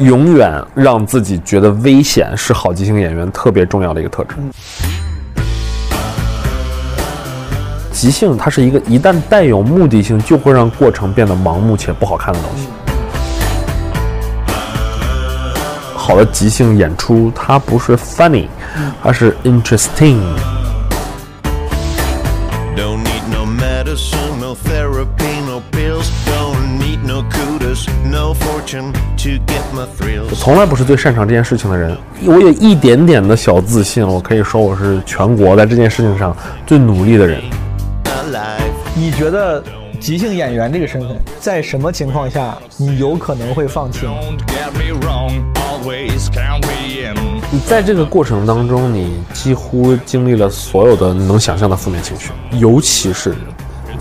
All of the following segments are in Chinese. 永远让自己觉得危险是好即兴演员特别重要的一个特质。即兴它是一个一旦带有目的性，就会让过程变得盲目且不好看的东西。好的即兴演出，它不是 funny，它是 interesting。 Don't need no medicine, no therapy, no pills. Don't need no kudos, no fortune to get my 我 thrills. 从来不是最擅长这件事情的人，我有一点点的小自信，我可以说我是全国在这件事情上最努力的人。 Alive. 你觉得即兴演员这个身份，在什么情况下你有可能会放弃呢？ Don't get me wrong, always count me in. 你在这个过程当中，你几乎经历了所有的能想象的负面情绪，尤其是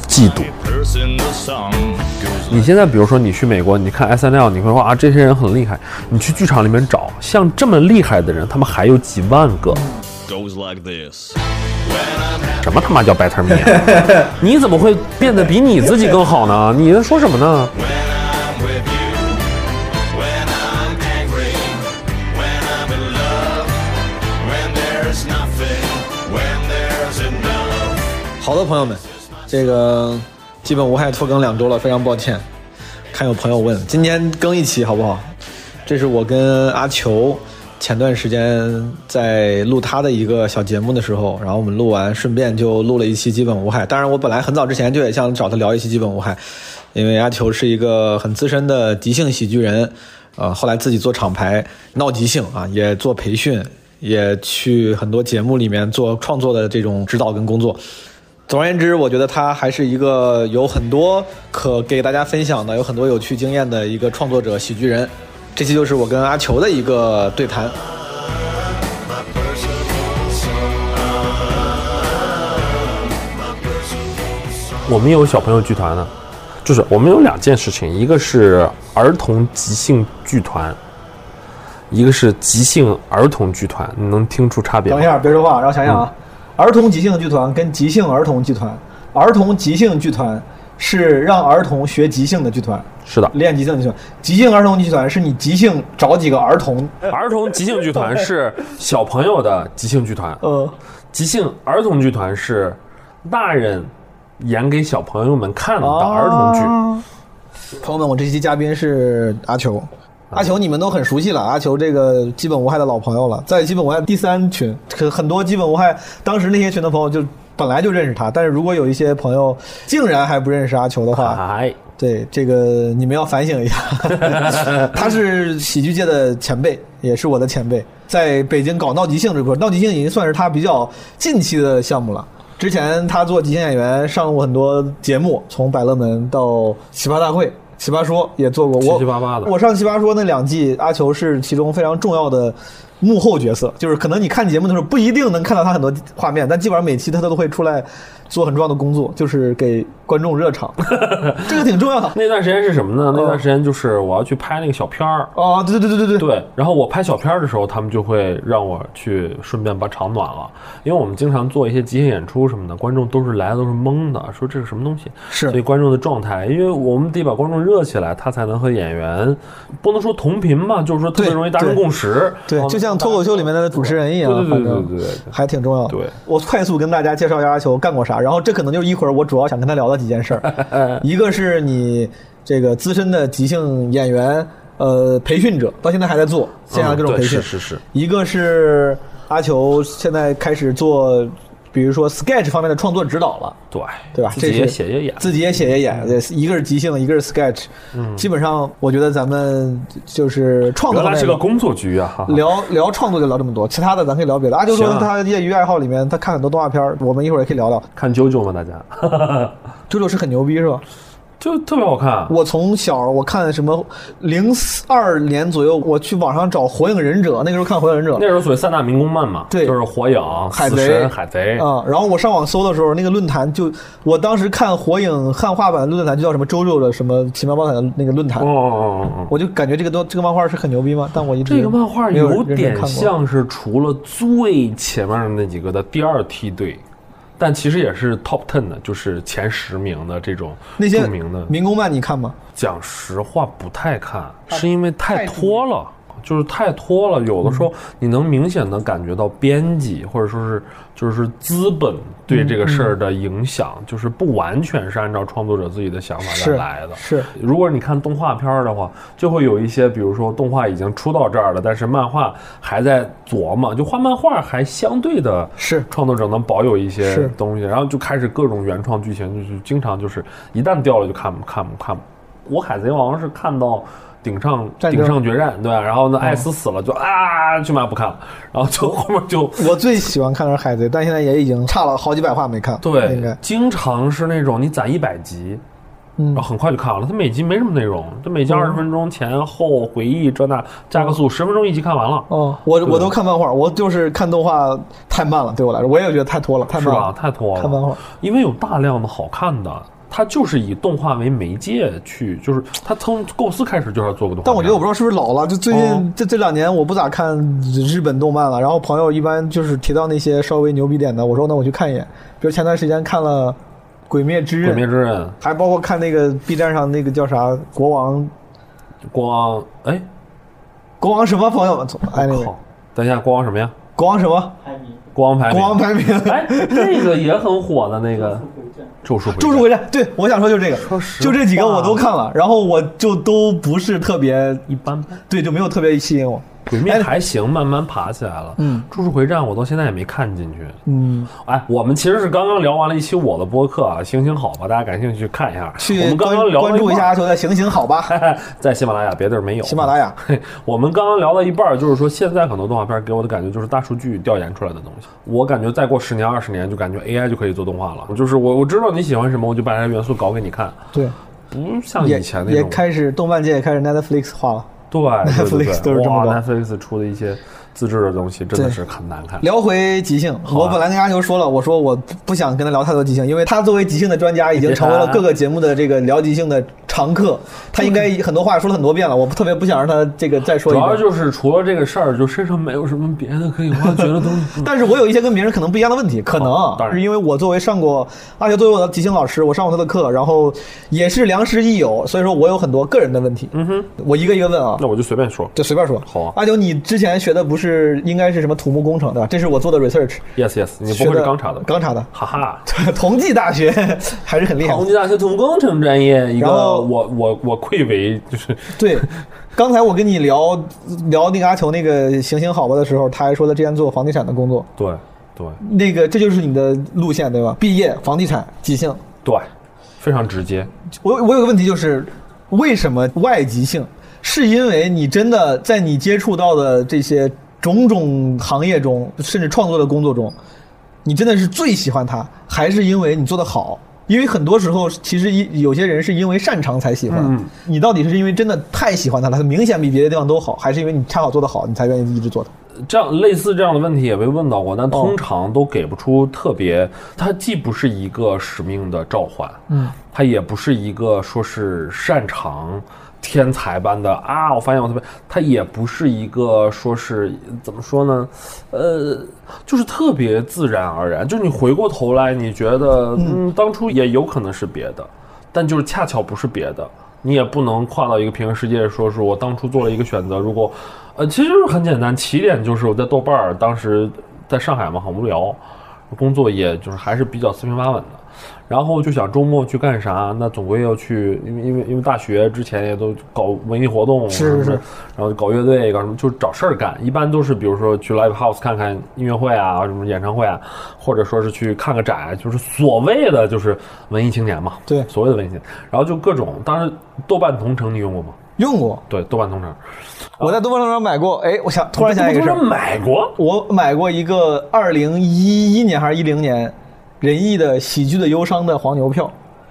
嫉妒。 First in the song goes 你现在比如说你去美国，你看 S N L，你会说啊这些人很厉害，你去剧场里面找像这么厉害的人，他们还有几万个。 goes like this. 什么他妈叫 better me？啊你怎么会变得比你自己更好呢？你在说什么呢？ When I'm angry, when I'm in love, when there's nothing, when there's enough. 好的，朋友们，这个基本无害拖更两周了，非常抱歉。看有朋友问，今天更一期好不好？这是我跟阿球前段时间在录他的一个小节目的时候，然后我们录完，顺便就录了一期基本无害。当然，我本来很早之前就也想找他聊一期基本无害，因为阿球是一个很资深的即兴喜剧人，呃，后来自己做厂牌闹即兴啊，也做培训，也去很多节目里面做创作的这种指导跟工作。总而言之，我觉得他还是一个有很多可给大家分享的、有很多有趣经验的一个创作者、喜剧人。这期就是我跟阿球的一个对谈。我们有小朋友剧团呢，就是我们有两件事情，一个是儿童即兴剧团，一个是即兴儿童剧团，你能听出差别吗？下，别说话，让我想想啊。儿童即兴剧团跟即兴儿童剧团，儿童即兴剧团是让儿童学即兴的剧团，是的，练即兴剧团。即兴儿童剧团是你即兴找几个儿童，儿童即兴剧团是小朋友的即兴剧团，呃，即兴儿童剧团是大人演给小朋友们看的儿童剧。哦朋友们，我这期嘉宾是阿球。啊阿球，你们都很熟悉了。阿球这个基本无害的老朋友了，在基本无害第三群，可很多基本无害当时那些群的朋友就本来就认识他，但是如果有一些朋友竟然还不认识阿球的话，哎，对这个你们要 反省一下。他是喜剧界的前辈，也是我的前辈，在北京搞闹即兴这块，闹即兴已经算是他比较近期的项目了。之前他做即兴演员，上过很多节目，从百乐门到奇葩大会。奇葩说也做过，我七七八八的我上奇葩说那两季，阿球是其中非常重要的幕后角色，就是可能你看节目的时候不一定能看到他很多画面，但基本上每期他都会出来做很重要的工作，就是给观众热 场，这个挺重要的。那段时间是什么呢？那段时间就是我要去拍那个小片儿。哦，对对对对对对，对，然后我拍小片儿的时候，他们就会让我去顺便把场暖了，因为我们经常做一些即兴演出什么的，观众都是来的都是懵的，说这是什么东西，是所以观众的状态，因为我们得把观众热起来，他才能和演员不能说同频吧，就是说特别对容易达成对共识，对，就像脱口秀里面的主持人一样，哦对对对反对正对对对还挺重要的。对我快速跟大家介绍一下阿球干过啥，然后这可能就是一会儿我主要想跟他聊的几件事儿。 一个是你这个资深的即兴演员，呃，培训者，到现在还在做线下各嗯种对培训，是是是。一个是阿球现在开始做，比如说 sketch 方面的创作指导了。对对吧？自己这也是写也演，嗯自己也写也演，对，一个是即兴，一个是 sketch，、基本上我觉得咱们就是创作原方来面是个工作局啊，哈哈聊聊创作就聊这么多，其他的咱可以聊别的。阿、秋行说啊他业余爱好里面，他看很多动画片儿，我们一会儿也可以聊聊。看啾啾吗？大 家啾啾是很牛逼是吧？就特别好看，我从小我看什么零二年左右，我去网上找《火影忍者》，那个时候看《火影忍者那》时候属于三大民工漫嘛，对就是火影、海死贼神、海贼，啊、然后我上网搜的时候，那个论坛就我当时看《火影》汉化版的论坛，就叫什么“周周”的什么“奇妙爆彩”的那个论坛。哦哦哦哦哦。我就感觉这个东这个漫画是很牛逼吗？但我一直这个漫画没有有认真点看过。像是除了最前面的那几个的第二梯队，但其实也是 top ten 的，就是前十名的这种那些著名的。民工漫你看吗？讲实话不太啊看，是因为太拖了，就是太拖了。有的时嗯候你能明显的感觉到编辑或者说是就是资本对嗯这个事儿的影响，就是不完全是按照创作者自己的想法是来来的。是，如果你看动画片儿的话，就会有一些，比如说动画已经出到这儿了，但是漫画还在琢磨，就画漫画还相对的是创作者能保有一些是东西，然后就开始各种原创剧情，就是经常就是一旦掉了就看不看不看不。我海贼王是看到。顶上战争嗯顶上决战，对吧、然后呢，艾斯死了就啊，去妈不看了，然后就后面就 我最喜欢看的是海贼，但现在也已经差了好几百话没看。对，应该经常是那种你攒一百集，然嗯后很快就看完了。它每集没什么内容，它每集二十分钟前后回忆这那，加个速十分钟一集看完了，哦，我对我都看漫画，我就是看动画太慢了，对我来说，我也觉得太拖了，太是慢吧？了。太拖看漫了画，因为有大量的好看的。它就是以动画为媒介去，就是它从构思开始就是要做个动画片。但我觉得我不知道是不是老了，就最近、哦这这两年我不咋看日本动漫了。然后朋友一般就是提到那些稍微牛逼点的，我说那我去看一眼。比如前段时间看了《鬼灭之刃鬼》，灭之刃》还包括看那个 B 站上那个叫啥国王光哎，国王什么朋友们，哎那个靠！等一下，光什么呀？国王什么国王排国名。王排名， 哎，那个也很火的那个《咒术回咒术回战，对我想说就是这个，实就这几个话我都看了，然后我就都不是特别，一般般。对，就没有特别吸引我。鬼灭还行，慢慢爬起来了。嗯《咒术回战》我到现在也没看进去。嗯，哎，我们其实是刚刚聊完了一期我的播客啊，行行好吧，大家感兴趣看一下。我去们刚刚关聊关到注一半下阿儿，球的行行好 吧，在喜马拉雅别的地儿没有。喜马拉雅。嘿， 我们刚刚聊到一半儿，就是说现在很多动画片儿给我的感觉就是大数据调研出来的东西。我感觉再过十年二十年，就感觉 AI 就可以做动画了。就是我我知道你喜欢什么，我就把它元素搞给你看，对，不像也以前那嗯也种。开始动漫界也开始 Netflix 化了。对对对 Netflix 对，都是这么哇搞，Netflix 出的一些自制的东西真的对是很难看。聊回即兴，啊我本来跟阿球说了，我说我不不想跟他聊太多即兴，因为他作为即兴的专家，已经成为了各个节目的这个聊即兴的常客，他应该很多话说了很多遍了，我不特别不想让他这个再说主一要遍。就是除了这个事儿，就身上没有什么别的可以挖掘的东 西。但是我有一些跟别人可能不一样的问题，可能哦啊当然是因为我作为上过阿球作为我的即兴老师，我上过他的课，然后也是良师益友，所以说我有很多个人的问题，嗯哼，我一个一个问啊。那我就随便说。就随便说。嗯好啊阿九，你之前学的不是应该是什么土木工程对吧？这是我做的 research， Yes yes，你不学会是的刚查的吧？刚查的， 哈哈，同济大学 还是很厉害同的。济大学土木工程专业，一个哎然后我我我愧为就是对，刚才我跟你聊聊那个阿球那个行行好吧的时候，他还说他之前做房地产的工作，对对那个这就是你的路线对吧？毕业房地产即兴，对，非常直接。我我有个问题就是，为什么外籍性？是因为你真的在你接触到的这些种种行业中，甚至创作的工作中，你真的是最喜欢它，还是因为你做的好？因为很多时候，其实一有些人是因为擅长才喜欢。嗯你到底是因为真的太喜欢它了，它明显比别的地方都好，还是因为你恰好做的好，你才愿意一直做它？这样类似这样的问题也被问到过，但通常都给不出特别，它既不是一个使命的召唤，嗯，它也不是一个说是擅长天才般的啊，我发现我特别，它也不是一个说是怎么说呢，呃，就是特别自然而然，就是你回过头来，你觉得嗯，当初也有可能是别的，但就是恰巧不是别的，你也不能跨到一个平行世界，说是我当初做了一个选择，如果，呃，其实就是很简单，起点就是我在豆瓣儿，当时在上海嘛，很无聊，工作也就是还是比较四平八稳的，然后就想周末去干啥，那总归要去，因为因为因为大学之前也都搞文艺活动，啊是是是然后就搞乐队，搞什么，就是找事儿干，一般都是比如说去 live house 看看音乐会啊，什么演唱会啊，或者说是去看个展，就是所谓的就是文艺青年嘛，对所谓的文艺青年，然后就各种，当时豆瓣同城你用过吗？用过，对，豆瓣同城，我在东方上买过。哎，我想突然想起一个事我儿都，买过，我买过一个二零一一年还是一零年仁义的《喜剧的忧伤》的黄牛票。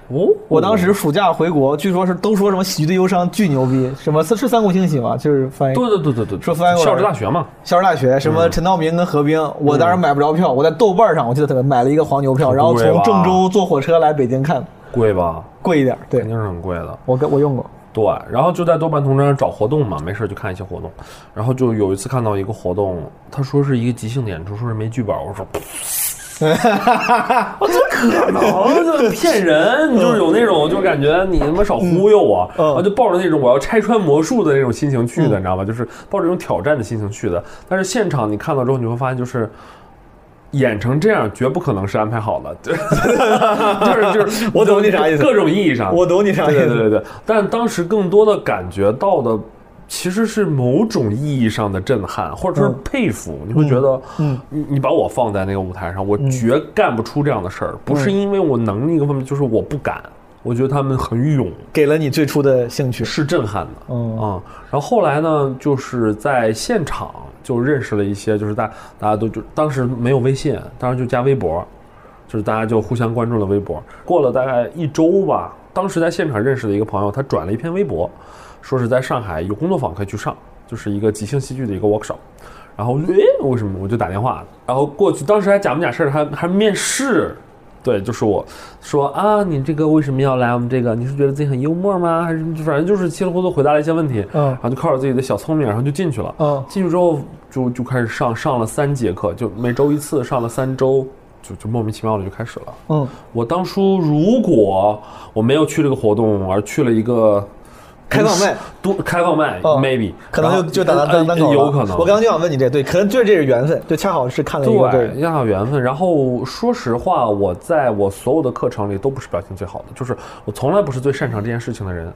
哦，我当时暑假回国，据说是都说什么《喜剧的忧伤》巨牛逼，什么是是三国清喜吗？就是翻译对对对对对，说翻译过来校职大学嘛，校师大学，什么陈道明跟何嗯冰。我当时买不着票，我在豆瓣上我记得特别买了一个黄牛票，很然后贵吧从郑州坐火车来北京看，贵吧，贵一点。对肯，定是很贵的。我跟我用过，对，然后就在豆瓣同城上找活动嘛，没事就看一些活动。 然后就有一次看到一个活动，他说是一个即兴的演出，说是没剧本，我说我怎么可能？啊就是骗人！就是有那种，就感觉你他妈少忽悠我，嗯嗯嗯啊，就抱着那种我要拆穿魔术的那种心情去的，你知道吧？就是抱着这种挑战的心情去的。但是现场你看到之后，你会发现就是。演成这样绝不可能是安排好的， 对就是就是， 我懂你啥意思各种意义上，我懂你啥 意对对思。对对，但当时更多的感觉到的其实是某种意义上的震撼，或者说是佩服。你会觉得，嗯你你把我放在那个舞台上，我绝干不出这样的事儿，不嗯是因为我能力各方面，就是我不敢。我觉得他们很勇，给了你最初的兴趣，是震撼的，嗯啊、然后后来呢，就是在现场就认识了一些，就是大大家都就当时没有微信，当时就加微博，就是大家就互相关注了微博。过了大概一周吧，当时在现场认识的一个朋友，他转了一篇微博，说是在上海有工作坊可以去上，就是一个即兴戏剧的一个 workshop。然后我就诶，为什么？我就打电话，然后过去，当时还假模假式，还还面试。对，就是我说啊，你这个为什么要来我们这个？你是觉得自己很幽默吗？还是反正就是稀里糊涂回答了一些问题，嗯然后就靠着自己的小聪明，然后就进去了。嗯进去之后就就开始上，上了三节课，就每周一次，上了三周，就就莫名其妙的就开始了。嗯，我当初如果我没有去这个活动，而去了一个开放麦，都开放麦、哦 m a y b e 可能就就打他当单口了有可能。我刚刚就想问你这，对，可能就是这是缘分，就恰好是看了一个对，对，要有缘分。然后说实话，我在我所有的课程里都不是表现最好的，就是我从来不是最擅长这件事情的人。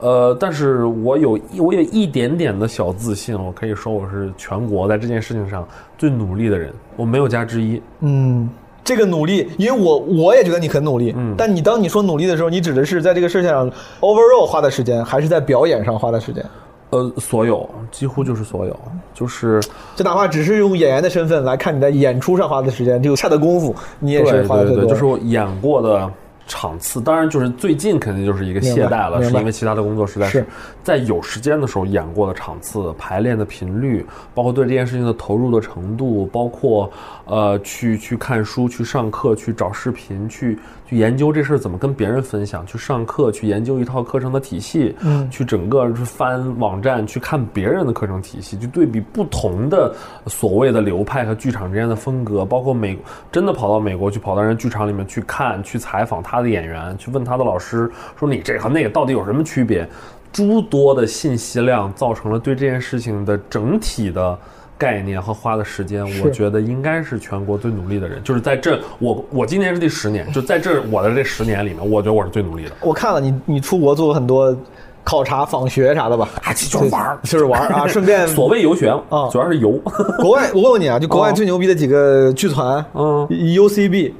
呃，但是我有一我有一点点的小自信，我可以说我是全国在这件事情上最努力的人，我没有加之一。嗯。这个努力，因为我我也觉得你很努力，嗯但你当你说努力的时候，你指的是在这个事情上 overall 花的时间，还是在表演上花的时间？呃，所有几乎就是所有，就是就哪怕只是用演员的身份来看你在演出上花的时间，这个下的功夫，你也是对花的对最多对，就是我演过的场次，当然就是最近肯定就是一个懈怠明白了，明是白因为其他的工作实在是是在有时间的时候演过的场次、排练的频率，包括对这件事情的投入的程度，包括呃去去看书、去上课、去找视频、去去研究这事儿怎么跟别人分享、去上课、去研究一套课程的体系，嗯去整个去翻网站去看别人的课程体系，去对比不同的所谓的流派和剧场之间的风格，包括美真的跑到美国去，跑到人家剧场里面去看、去采访他的演员，去问他的老师，说你这和那个到底有什么区别？诸多的信息量造成了对这件事情的整体的。概念和花的时间，我觉得应该是全国最努力的人，就是在这我我今年是第十年，就在这我的这十年里面，我觉得我是最努力的。我看了你，你出国做过很多考察、访学啥的吧？啊，这 就是玩儿，就是玩 儿啊，顺便所谓游学啊主要是游。国外，我问问你啊，就国外哦最牛逼的几个剧团，E 嗯，UCB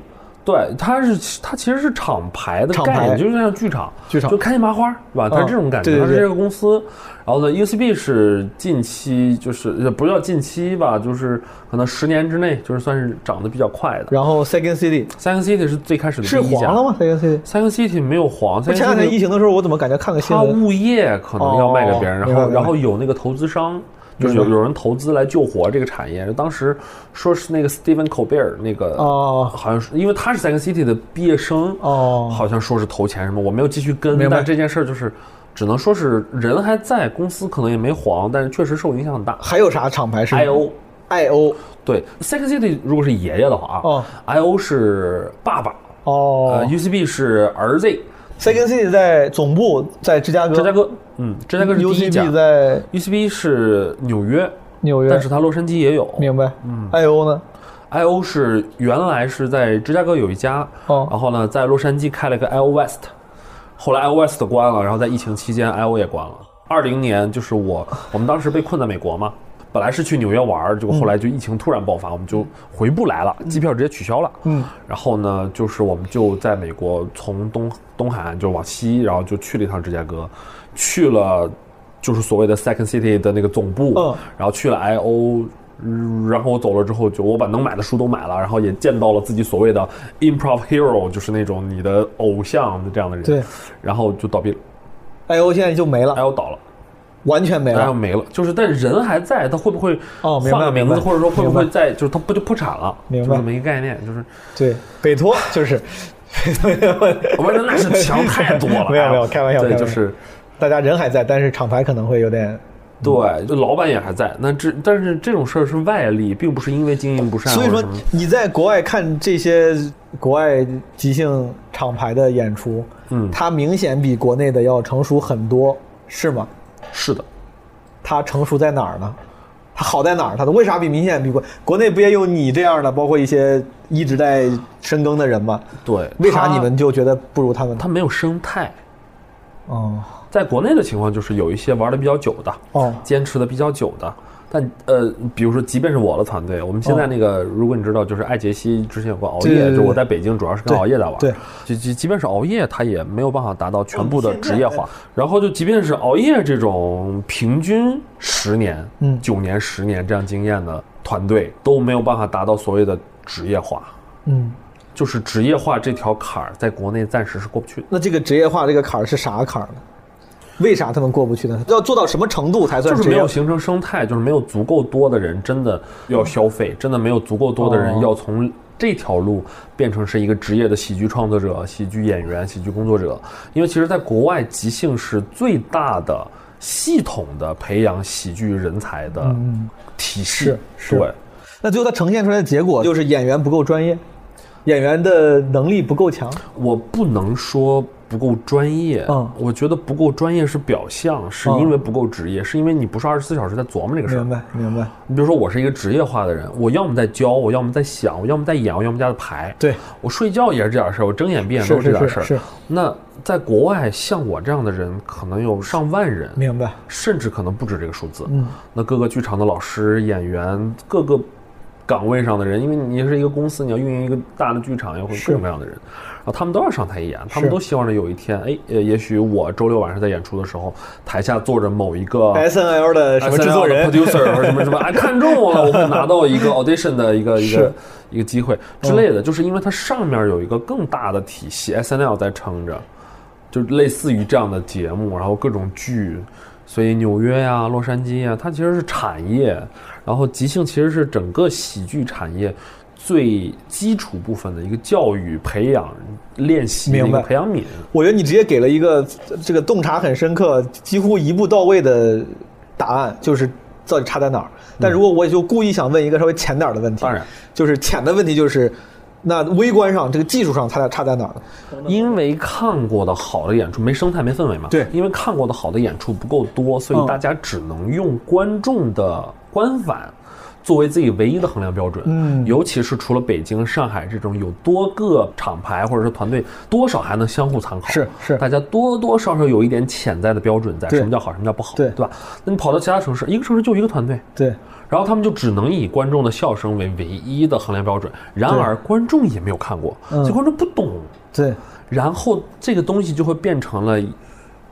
对，它是它其实是厂牌的厂概牌念，就像剧场，剧场嗯就开心麻花，对吧？它是这种感觉，对对它是对这个公司。然后呢，UCB 是近期，就是也不叫近期吧，就是可能十年之内，就是算是涨得比较快的。然后 Second City Second City 是最开始的是第一家黄了吗？Second City， ？Second City 没有黄我，Second 前两天 City 疫情的时候，我怎么感觉看个新他闻？物业可能要卖给别人，哦然明白明后白然后有那个投资商，就是有有人投资来救活这个产业。当时说是那个 Stephen Colbert 那个哦好像是因为他是 Second City 的毕业生哦好像说是投钱什么，我没有继续跟明，白但这件事儿就是只能说是人还在，公司可能也没黄，但是确实受影响很大。还有啥厂牌是 I O I O 对 Second City 如果是爷爷的话啊、哦 i O 是爸爸，呃哦 UCB 是儿子， ，Second City 在总部在芝加哥，芝加哥，嗯，芝加哥是第一家。 ，UCB 在 UCB 是纽约，纽约，但是它洛杉矶也有。明白？i 嗯 O 呢？ IO 是原来是在芝加哥有一家，哦然后呢在洛杉矶开了个 IO West，后来 IO West 关了，然后在疫情期间 IO 也关了。二零年就是我我们当时被困在美国嘛，本来是去纽约玩儿，结果后来就疫情突然爆发，我们就回不来了，机票直接取消了。嗯，然后呢就是我们就在美国从东东海岸就往西，然后就去了一趟芝加哥，去了就是所谓的 Second City 的那个总部，嗯然后去了 I O，然后我走了之后，就我把能买的书都买了，然后也见到了自己所谓的 improv hero，就是那种你的偶像的这样的人。对，然后就倒闭了，I O 现在就没了，I，O 哎倒了。完全没然后了。没了，就是但人还在，他会不会哎哦明白换个名明字，白或者说会不明白会在，就是他不就破产了，明白就这么一个概念，就是对，北托就是， 我说那是强太多了，啊 没有没有开玩笑对，开玩笑就是大家人还在，但是厂牌可能会有点对，就老板也还在。那这但是这种事儿是外力，并不是因为经营不善。所以或说者什么你在国外看这些国外即兴厂牌的演出，嗯它明显比国内的要成熟很多，是吗？是的，它成熟在哪儿呢？它好在哪儿？它的为啥比明显比国国内不也有你这样的，包括一些一直在深耕的人吗？对。为啥他你们就觉得不如他们呢？他没有生态？哦在国内的情况就是有一些玩的比较久的，哦坚持的比较久的。但呃，比如说，即便是我的团队，我们现在那个，如果你知道，就是艾杰西之前有过熬哦对对夜，对就我对在北京主要是跟对熬夜在玩，对，就即即便是熬夜，他也没有办法达到全部的职业化。然后就即便是熬夜这种平均十年、嗯九年、十年这样经验的团队，都没有办法达到所谓的职业化，嗯，就是职业化这条坎儿，在国内暂时是过不去的。那这个职业化这个坎儿是啥坎儿呢？为啥他们过不去呢？要做到什么程度才算就是职没业有？形成生态，就是没有足够多的人真的要消费，真的没有足够多的人哦要从这条路变成是一个职业的喜剧创作者、喜剧演员、喜剧工作者。因为其实，在国外，即兴是最大的系统的培养喜剧人才的体系。嗯是是对，那最后它呈现出来的结果就是演员不够专业，演员的能力不够强。我不能说不够专业，嗯我觉得不够专业是表象，是嗯因为不够职业，是因为你不是二十四小时在琢磨这个事儿明。白明白，你比如说，我是一个职业化的人，我要么在教，我要么在想，我要么在演，我要么在排。对，我睡觉也是这点事儿，我睁眼闭眼都是这点是事是儿。是，那在国外，像我这样的人，可能有上万人，明白。甚至可能不止这个数字。嗯，那各个剧场的老师、演员，各个岗位上的人，因为你是一个公司，你要运营一个大的剧场，也会有各种各样的人，然后他们都要上台演，他们都希望着有一天，哎，呃，也许我周六晚上在演出的时候，台下坐着某一个 S N L 的呃什么制作人 producer 或者什么什么，哎，看中我了，我会拿到一个 audition 的一个一个是一个机会之类的，就是因为它上面有一个更大的体系 S N L 在撑着，就类似于这样的节目，然后各种剧，所以纽约呀、洛杉矶呀、它其实是产业，然后即兴其实是整个喜剧产业。最基础部分的一个教育、培养、练习的一明个白培养皿，我觉得你直接给了一个呃这个洞察很深刻、几乎一步到位的答案，就是到底差在哪儿。但如果我就故意想问一个稍微浅点儿的问题，当然，就是浅的问题就是，那微观上这个技术上它俩差在哪儿呢？因为看过的好的演出没生态没氛围嘛，对因为看过的好的演出不够多，所以嗯大家只能用观众的观感作为自己唯一的衡量标准。嗯尤其是除了北京、上海这种有多个厂牌或者是团队，多少还能相互参考。是是大家多多少少有一点潜在的标准在，对什么叫好，什么叫不好，对吧？那你跑到其他城市，一个城市就一个团队，对，然后他们就只能以观众的笑声为唯一的衡量标准。然对而观众也没有看过，嗯所以观众不懂。对，然后这个东西就会变成了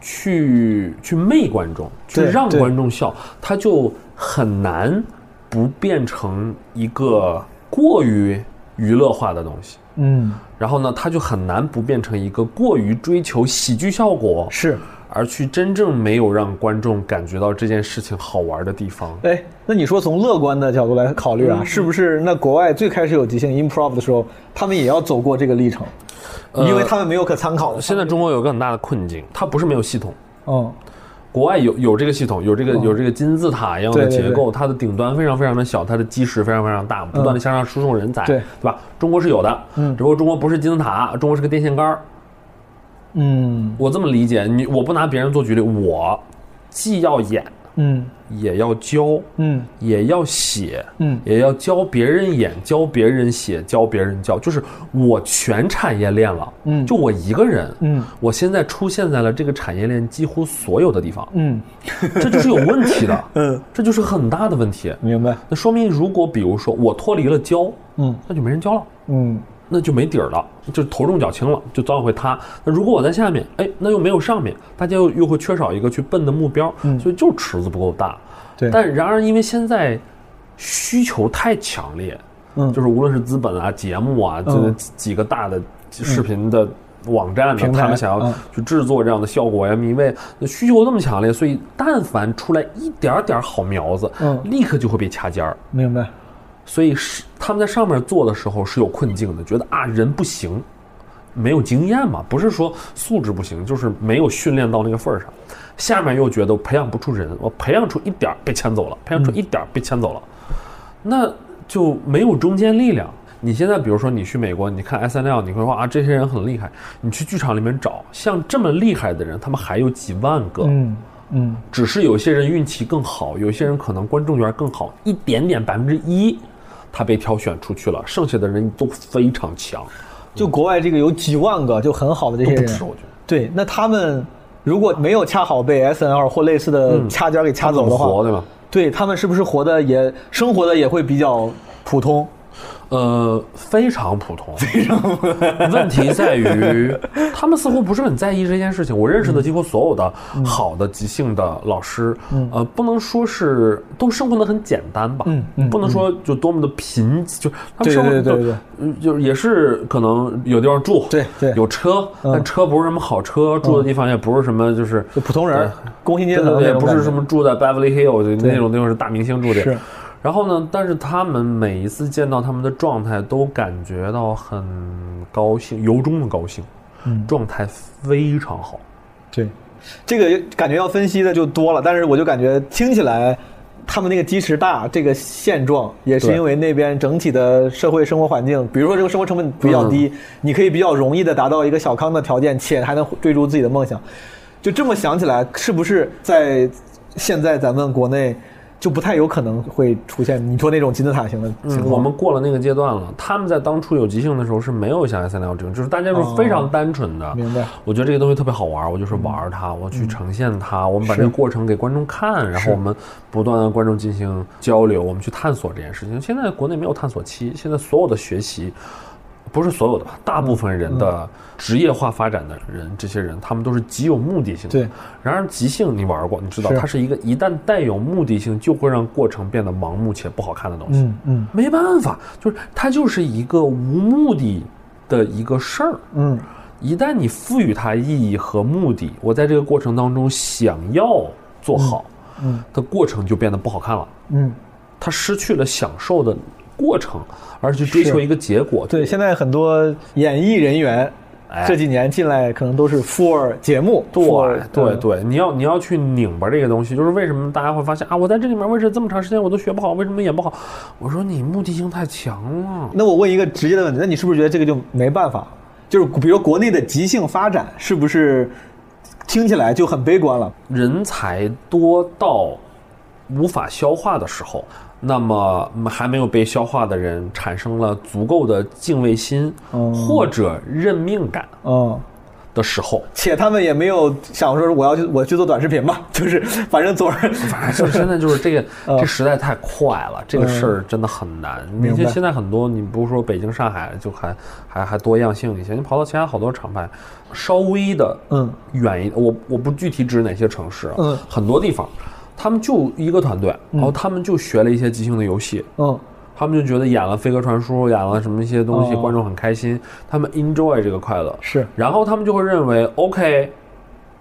去去媚观众，去对让对观众笑，它就很难不变成一个过于娱乐化的东西。嗯，然后呢，它就很难不变成一个过于追求喜剧效果，是。而去真正没有让观众感觉到这件事情好玩的地方。哎，那你说从乐观的角度来考虑啊，嗯是不是那国外最开始有即兴 improv 的时候，他们也要走过这个历程，呃因为他们没有可参考的。现在中国有个很大的困境，它不是没有系统，嗯，国外有有这个系统，有这个有这个金字塔一样的对对结对构，它的顶端非常非常的小，它的基石非常非常大，不断的向上输送人才，对对吧？中国是有的，嗯只不过中国不是金字塔，中国是个电线杆儿。嗯我这么理解，你我不拿别人做举例，我既要演，嗯也要教，嗯也要写，嗯也要教别人演，教别人写，教别人教，就是我全产业链了，嗯就我一个人，嗯我现在出现在了这个产业链几乎所有的地方，嗯， 这就是有问题的， 嗯，这就是很大的问题。明白。那说明，如果比如说我脱离了教，嗯那就没人教了，嗯那就没底儿了，就头重脚轻了，就早晚会塌。那如果我在下面，哎，那又没有上面，大家又又会缺少一个去奔的目标，嗯所以就池子不够大。对但然而，因为现在需求太强烈，嗯，就是无论是资本啊、节目啊，这嗯几几个大的视频的网站呢平，台他们想要嗯去制作这样的效果呀、因为需求那么强烈，所以但凡出来一点点好苗子，嗯立刻就会被掐尖儿。明白。所以是他们在上面做的时候是有困境的，觉得啊人不行，没有经验嘛，不是说素质不行，就是没有训练到那个份儿上。下面又觉得我培养不出人，我培养出一点儿被牵走了，培养出一点儿被牵走了，那就没有中坚力量。你现在比如说你去美国，你看 S N L，你会说啊这些人很厉害，你去剧场里面找像这么厉害的人，他们还有几万个，嗯嗯，只是有些人运气更好，有些人可能观众缘更好，一点点百分之一，他被挑选出去了，剩下的人都非常强，就国外这个有几万个就很好的这都些不人，止，我觉得。对，那他们如果没有恰好被 S N L 或类似的掐尖儿给掐走的嗯他们怎么活话，对吧？对他们是不是活的也生活的也会比较普通？呃，非常普 通。非常 问题在于，他们似乎不是很在意这件事情。我认识的几乎所有的嗯好的即兴的老师，呃，不能说是都生活的很简单吧，嗯嗯不能说就多么的贫，就他们对生活对对就对对嗯就是也是可能有地方住，对对嗯有车，但车不是什么好车，住的地方也不是什么就是就普通人对，工薪阶对层对那对，种不感是觉什么住在 Beverly Hill 就那种地方是大明星住的。是。然后呢，但是他们每一次见到他们的状态，都感觉到很高兴，由衷的高兴，状态非常好。对，这个感觉要分析的就多了，但是我就感觉听起来。他们那个基池大，这个现状也是对因为那边整体的社会生活环境，比如说这个生活成本比较低，你可以比较容易的达到一个小康的条件，且还能追逐自己的梦想。就这么想起来，是不是在现在咱们国内就不太有可能会出现你说那种金字塔型的情嗯，况？我们过了那个阶段了。他们在当初有即兴的时候是没有像 S N L 这种，就是大家就是非常单纯的。哦明白。嗯我觉得这个东西特别好玩，我就是玩儿它，我去呈现它，我们把这个过程给观众看，然后我们不断的观众进行交流，我们去探索这件事情。现在国内没有探索期，现在所有的学习。不是所有的吧，大部分人嗯的职业化发展的人，这些人他们都是极有目的性的。对。然而，即兴你玩过，你知道是它是一个一旦带有目的性，就会让过程变得盲目且不好看的东西。嗯嗯没办法，就是它就是一个无目的的一个事儿。嗯，一旦你赋予它意义和目的，我在这个过程当中想要做好，嗯，的过程就变得不好看了。嗯，它失去了享受的过程，而去追求是一个结果。对，现在很多演艺人员哎这几年进来，可能都是 for 节目对，for 嗯对，对，你要你要去拧巴这个东西，就是为什么大家会发现啊，我在这里面为什么这么长时间我都学不好，为什么演不好？我说你目的性太强了。那我问一个直接的问题，那你是不是觉得这个就没办法？就是比如国内的即兴发展，是不是听起来就很悲观了？人才多到无法消化的时候，那么嗯还没有被消化的人产生了足够的敬畏心、哦或者认命感嗯，的时候，且他们也没有想说我要去我去做短视频吧， 就是反正总是反正 就是现在就是这个 嗯这时代太快了，这个事儿真的很难。你明白像现在很多，你不是说北京、上海就还还还多样性一些，你跑到其他好多厂牌，稍微的嗯远一，我我不具体指哪些城市啊，嗯很多地方，他们就一个团队，然后他们就学了一些即兴的游戏，嗯他们就觉得演了飞鸽传书，演了什么一些东西，哦观众很开心，他们 enjoy 这个快乐。是然后他们就会认为 OK，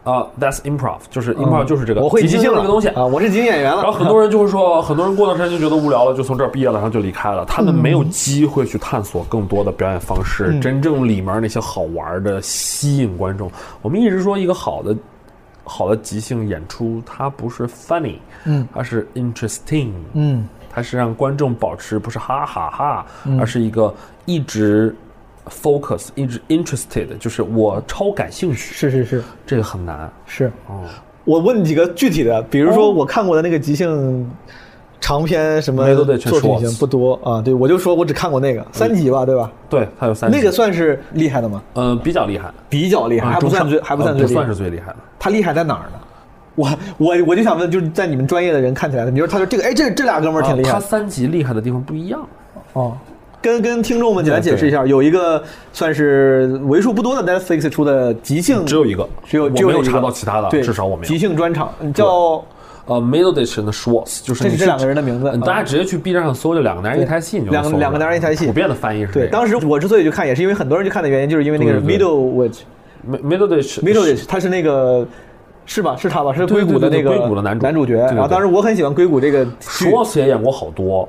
啊、t h a t s improv，就是 improv 就是这个，嗯我会即即兴这了个东西。啊，我是即兴演员然后了。很多人就会说，很多人过段时间就觉得无聊了，就从这儿毕业了，然后就离开了。他们没有嗯机会去探索更多的表演方式，真正里面那些好玩的，吸引观众。我们一直说一个好的。好的即兴演出，它不是 funny，嗯，它是 interesting，嗯，它是让观众保持不是哈哈哈，而是一个一直 focus，一直 interested，就是我超感兴趣，是是是这个很难。是。哦，我问几个具体的，比如哦说我看过的那个即兴长篇什么那都得全作品说型不多啊，对我就说我只看过那个三集吧，对吧？对，它有三那集个算是厉害的吗？呃比较厉害，比较啊厉害，还不算最，还不算最不厉害啊算是。最厉害的。他厉害在哪儿呢？我我我就想问，就是在你们专业的人看起来，你说他说这个，哎，这这俩哥们儿挺厉害他的三级厉害的地方不一样。哦。跟跟听众们简单解释一下，有一个算是为数不多的 Netflix 出的即兴，嗯只有一个只有我只有没有一个查到其他的对至少我没有即兴专场叫呃 m i d d l e d i s h 的 Schwartz 就是这你去是这两个人的名字嗯大家直接去 B 站上搜，就两个男人一台戏，你就能两个搜出来两个男人一台戏普遍的翻译是对，当时我之所以去看，也是因为很多人去看的原因，就是因为那个对对对 Middle Witch m i d d l e d i s h Middle Witch，它是那个是吧？是他吧？是对硅谷的对对那个硅谷的男主角。对对对然后当时我很喜欢硅谷这个剧， Schwartz 也演过好多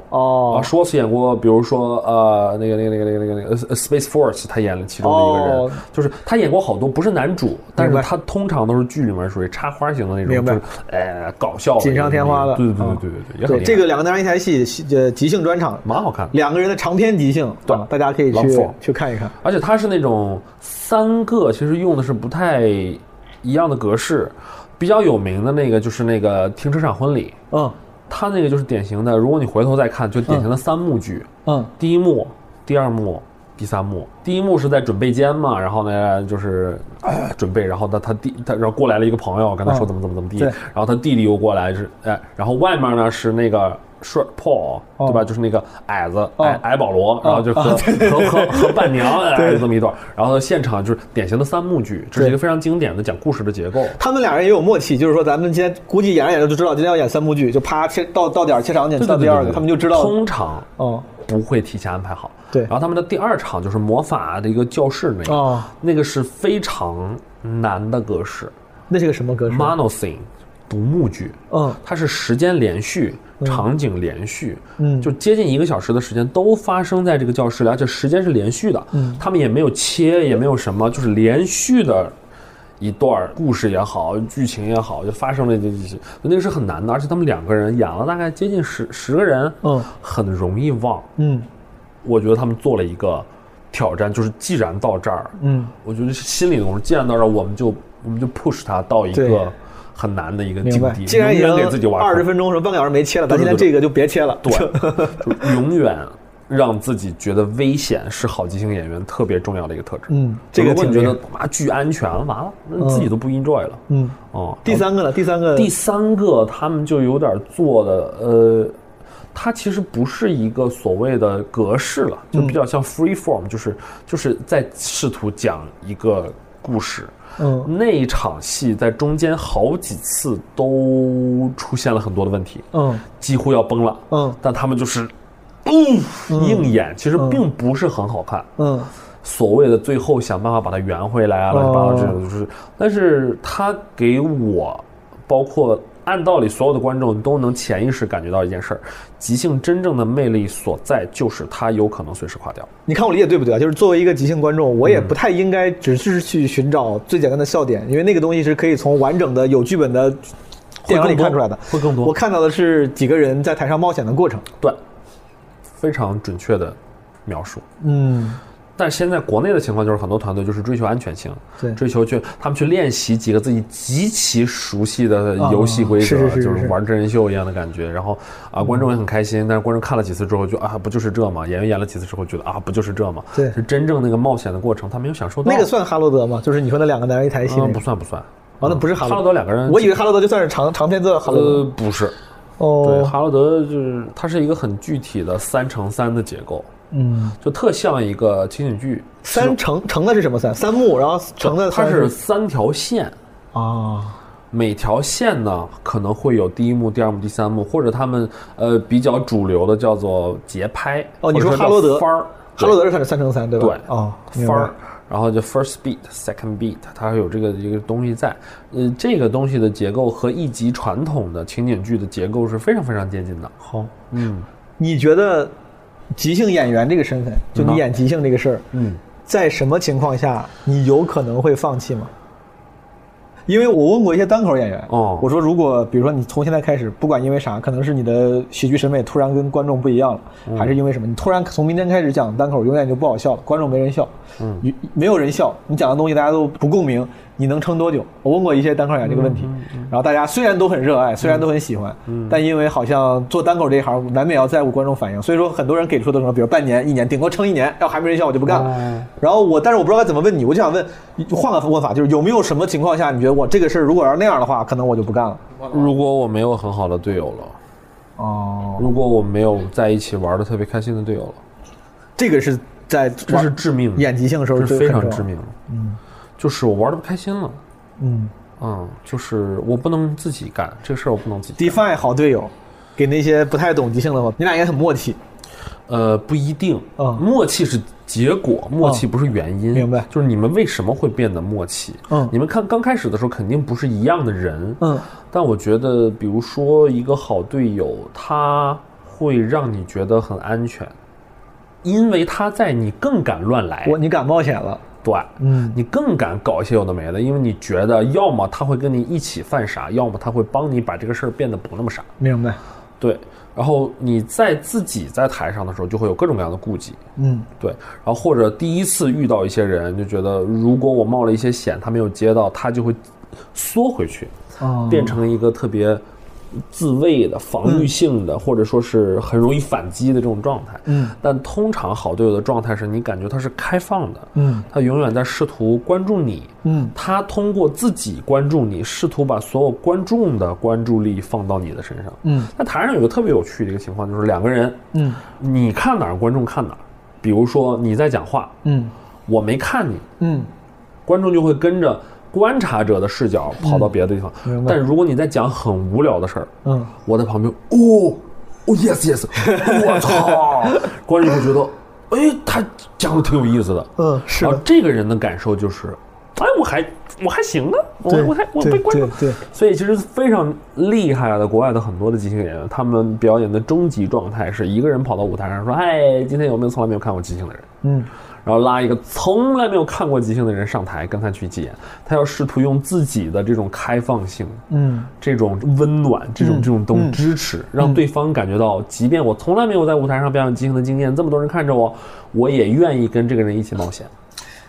啊哦，Schwartz 演过，比如说呃，那个那个那个那个那个那个呃 Space Force，他演了其中的一个人，哦就是他演过好多，不是男主，但明是白他通常都是剧里面属于插花型的那明种，白就是呃搞笑的锦上添花的对对对嗯对对对，也很对厉害这个两个男人一台戏，呃，即兴专场，蛮好看的。两个人的长篇即兴，对啊大家可以狼去佛去看一看。而且它是那种三个，其实用的是不太一样的格式。比较有名的那个就是那个停车场婚礼，嗯它那个就是典型的，如果你回头再看，就典型的三幕剧。嗯，第一幕、第二幕、第三幕。第一幕是在准备间嘛，然后呢就是、哎准备，然后他他弟他然后过来了一个朋友，跟他说嗯怎么怎么怎么地，对然后他弟弟又过来是哎，然后外面呢是那个帅 Paul 对吧？就是那个矮子矮矮保罗，然后就和和和和伴娘哎就这么一段，然后现场就是典型的三幕剧，这是一个非常经典的讲故事的结构。他们俩人也有默契，就是说咱们今天估计演着演着就知道今天要演三部剧，就啪切到到点儿切场景，对切对到对第对二对个，对他们就知道。通常哦，不会提前安排好。对然后他们的第二场就是魔法的一个教室那个，哦那个是非常难的格式那是个什么格式？ ，monoscene 独幕剧，嗯它是时间连续、场景连续，嗯就接近一个小时的时间都发生在这个教室里，而且时间是连续的，嗯他们也没有切，也没有什么，就是连续的。一段儿故事也好，剧情也好，就发生了这这些，那个是很难的，而且他们两个人演了大概接近十十个人，嗯很容易忘，嗯我觉得他们做了一个挑战，就是既然到这儿，嗯，我觉得是心里总是既然到这儿，我们就我们就 push 它到一对个很难的一个明境白。地，既然已永经远给自己挖二十坑分钟什么半个小时没切了，咱今对对天对这个就别切了。对， 就永远让自己觉得危险是好即兴演员特别重要的一个特质。嗯这个如果你挺觉厉得害妈巨安全，完了，那你自己都不 enjoy 了。嗯，哦，第三个呢？第三个，第三个，他们就有点做的，呃，它其实不是一个所谓的格式了，就比较像 free form，、就是就是在试图讲一个故事。嗯那一场戏在中间好几次都出现了很多的问题，嗯几乎要崩了。嗯但他们就是，哦，硬演，其实并不是很好看。嗯所谓的最后想办法把它圆回来啊，乱七八糟哦这种就是，但是他给我，包括按道理所有的观众都能潜意识感觉到一件事儿，即兴真正的魅力所在就是它有可能随时垮掉。你看我理解对不对啊？就是作为一个即兴观众，嗯我也不太应该只是去寻找最简单的笑点，因为那个东西是可以从完整的有剧本的电影里更多看出来的。会更多我看到的是几个人在台上冒险的过程。对，非常准确的描述。嗯，但是现在国内的情况就是，很多团队就是追求安全性，对追求去他们去练习几个自己极其熟悉的游戏规则，啊是是是就是是是嗯玩真人秀一样的感觉。然后啊，观众也很开心，但是观众看了几次之后就啊，不就是这嘛？演员演了几次之后觉得啊，不就是这嘛？对是真正那个冒险的过程，他没有享受到。那个算哈罗德吗？就是你说那两个男人一台戏、嗯，那个哦不算不算。哦那不是哈哈罗罗德两个人，我以为哈罗德就算是长长篇的哈罗德。呃不是，对，哦，哈罗德就是它是一个很具体的三乘三的结构，嗯，就特像一个情景剧。三成成的是什么三？三幕，然后成的它三是三条线，啊，每条线呢可能会有第一幕、第二幕、第三幕，或者他们呃比较主流的叫做节拍。哦你说或者叫哈罗德番儿，哈罗德是算是三乘三对吧？对哦，明番白儿，然后就 first beat、second beat，它有这个一个东西在。呃，这个东西的结构和一集传统的情景剧的结构是非常非常接近的。好。嗯你觉得即兴演员这个身份，就你嗯演即兴这个事儿，嗯，在什么情况下你有可能会放弃吗？因为我问过一些单口演员，哦我说如果比如说你从现在开始，不管因为啥，可能是你的喜剧审美突然跟观众不一样了，还是因为什么，你突然从明天开始讲单口，永远就不好笑了，观众没人笑，嗯，没有人笑，你讲的东西大家都不共鸣，你能撑多久？我问过一些单口演员这个问题，然后大家虽然都很热爱，虽然都很喜欢，但因为好像做单口这一行难免要在乎观众反应，所以说很多人给出的什么，比如半年、一年，顶多撑一年，要还没人笑我就不干了。然后我，但是我不知道该怎么问你，我就想问，换个问法，就是有没有什么情况下，你觉得我这个事儿如果要是那样的话，可能我就不干了。如果我没有很好的队友了，哦，如果我没有在一起玩的特别开心的队友了，这个是在这是致命的，演即兴的时候这是最非常很重要致命的。嗯，就是我玩的不开心了。嗯嗯，就是我不能自己干这个事儿，我不能自己干。 ，define 好队友，给那些不太懂即兴的话，你俩也很默契。呃，不一定。嗯默契是结果，默契不是原因。明白就是你们为什么会变得默契？嗯你们看刚开始的时候肯定不是一样的人。嗯，但我觉得，比如说一个好队友，他会让你觉得很安全，因为他在你更敢乱来。我你敢冒险了，对，嗯你更敢搞一些有的没的，因为你觉得要么他会跟你一起犯傻，要么他会帮你把这个事儿变得不那么傻。明白？对，然后你在自己在台上的时候，就会有各种各样的顾忌。嗯对，然后或者第一次遇到一些人，就觉得如果我冒了一些险，他没有接到，他就会缩回去，哦，变成一个特别自卫的、防御性的，或者说是很容易反击的这种状态。嗯，但通常好队友的状态是你感觉他是开放的，嗯他永远在试图关注你，嗯他通过自己关注你，试图把所有观众的关注力放到你的身上。嗯那台上有个特别有趣的一个情况，就是两个人，嗯你看哪儿，观众看哪儿。比如说你在讲话，嗯我没看你，嗯观众就会跟着观察者的视角跑到别的地方。嗯明白但如果你在讲很无聊的事儿，嗯，我在旁边，哦，哦，yes yes，我 操，观众会觉得，哎，他讲的挺有意思的。嗯是的然后这个人的感受就是，哎，我还我还行啊，我对我还我对被观众对对所以其实非常厉害的国外的很多的即兴演员，他们表演的终极状态是一个人跑到舞台上说，哎，今天有没有从来没有看过即兴的人？嗯然后拉一个从来没有看过即兴的人上台跟他去一起演，他要试图用自己的这种开放性、嗯这种温暖、这种这种嗯东支持，让对方感觉到，即便我从来没有在舞台上表演即兴的经验，这么多人看着我，我也愿意跟这个人一起冒险。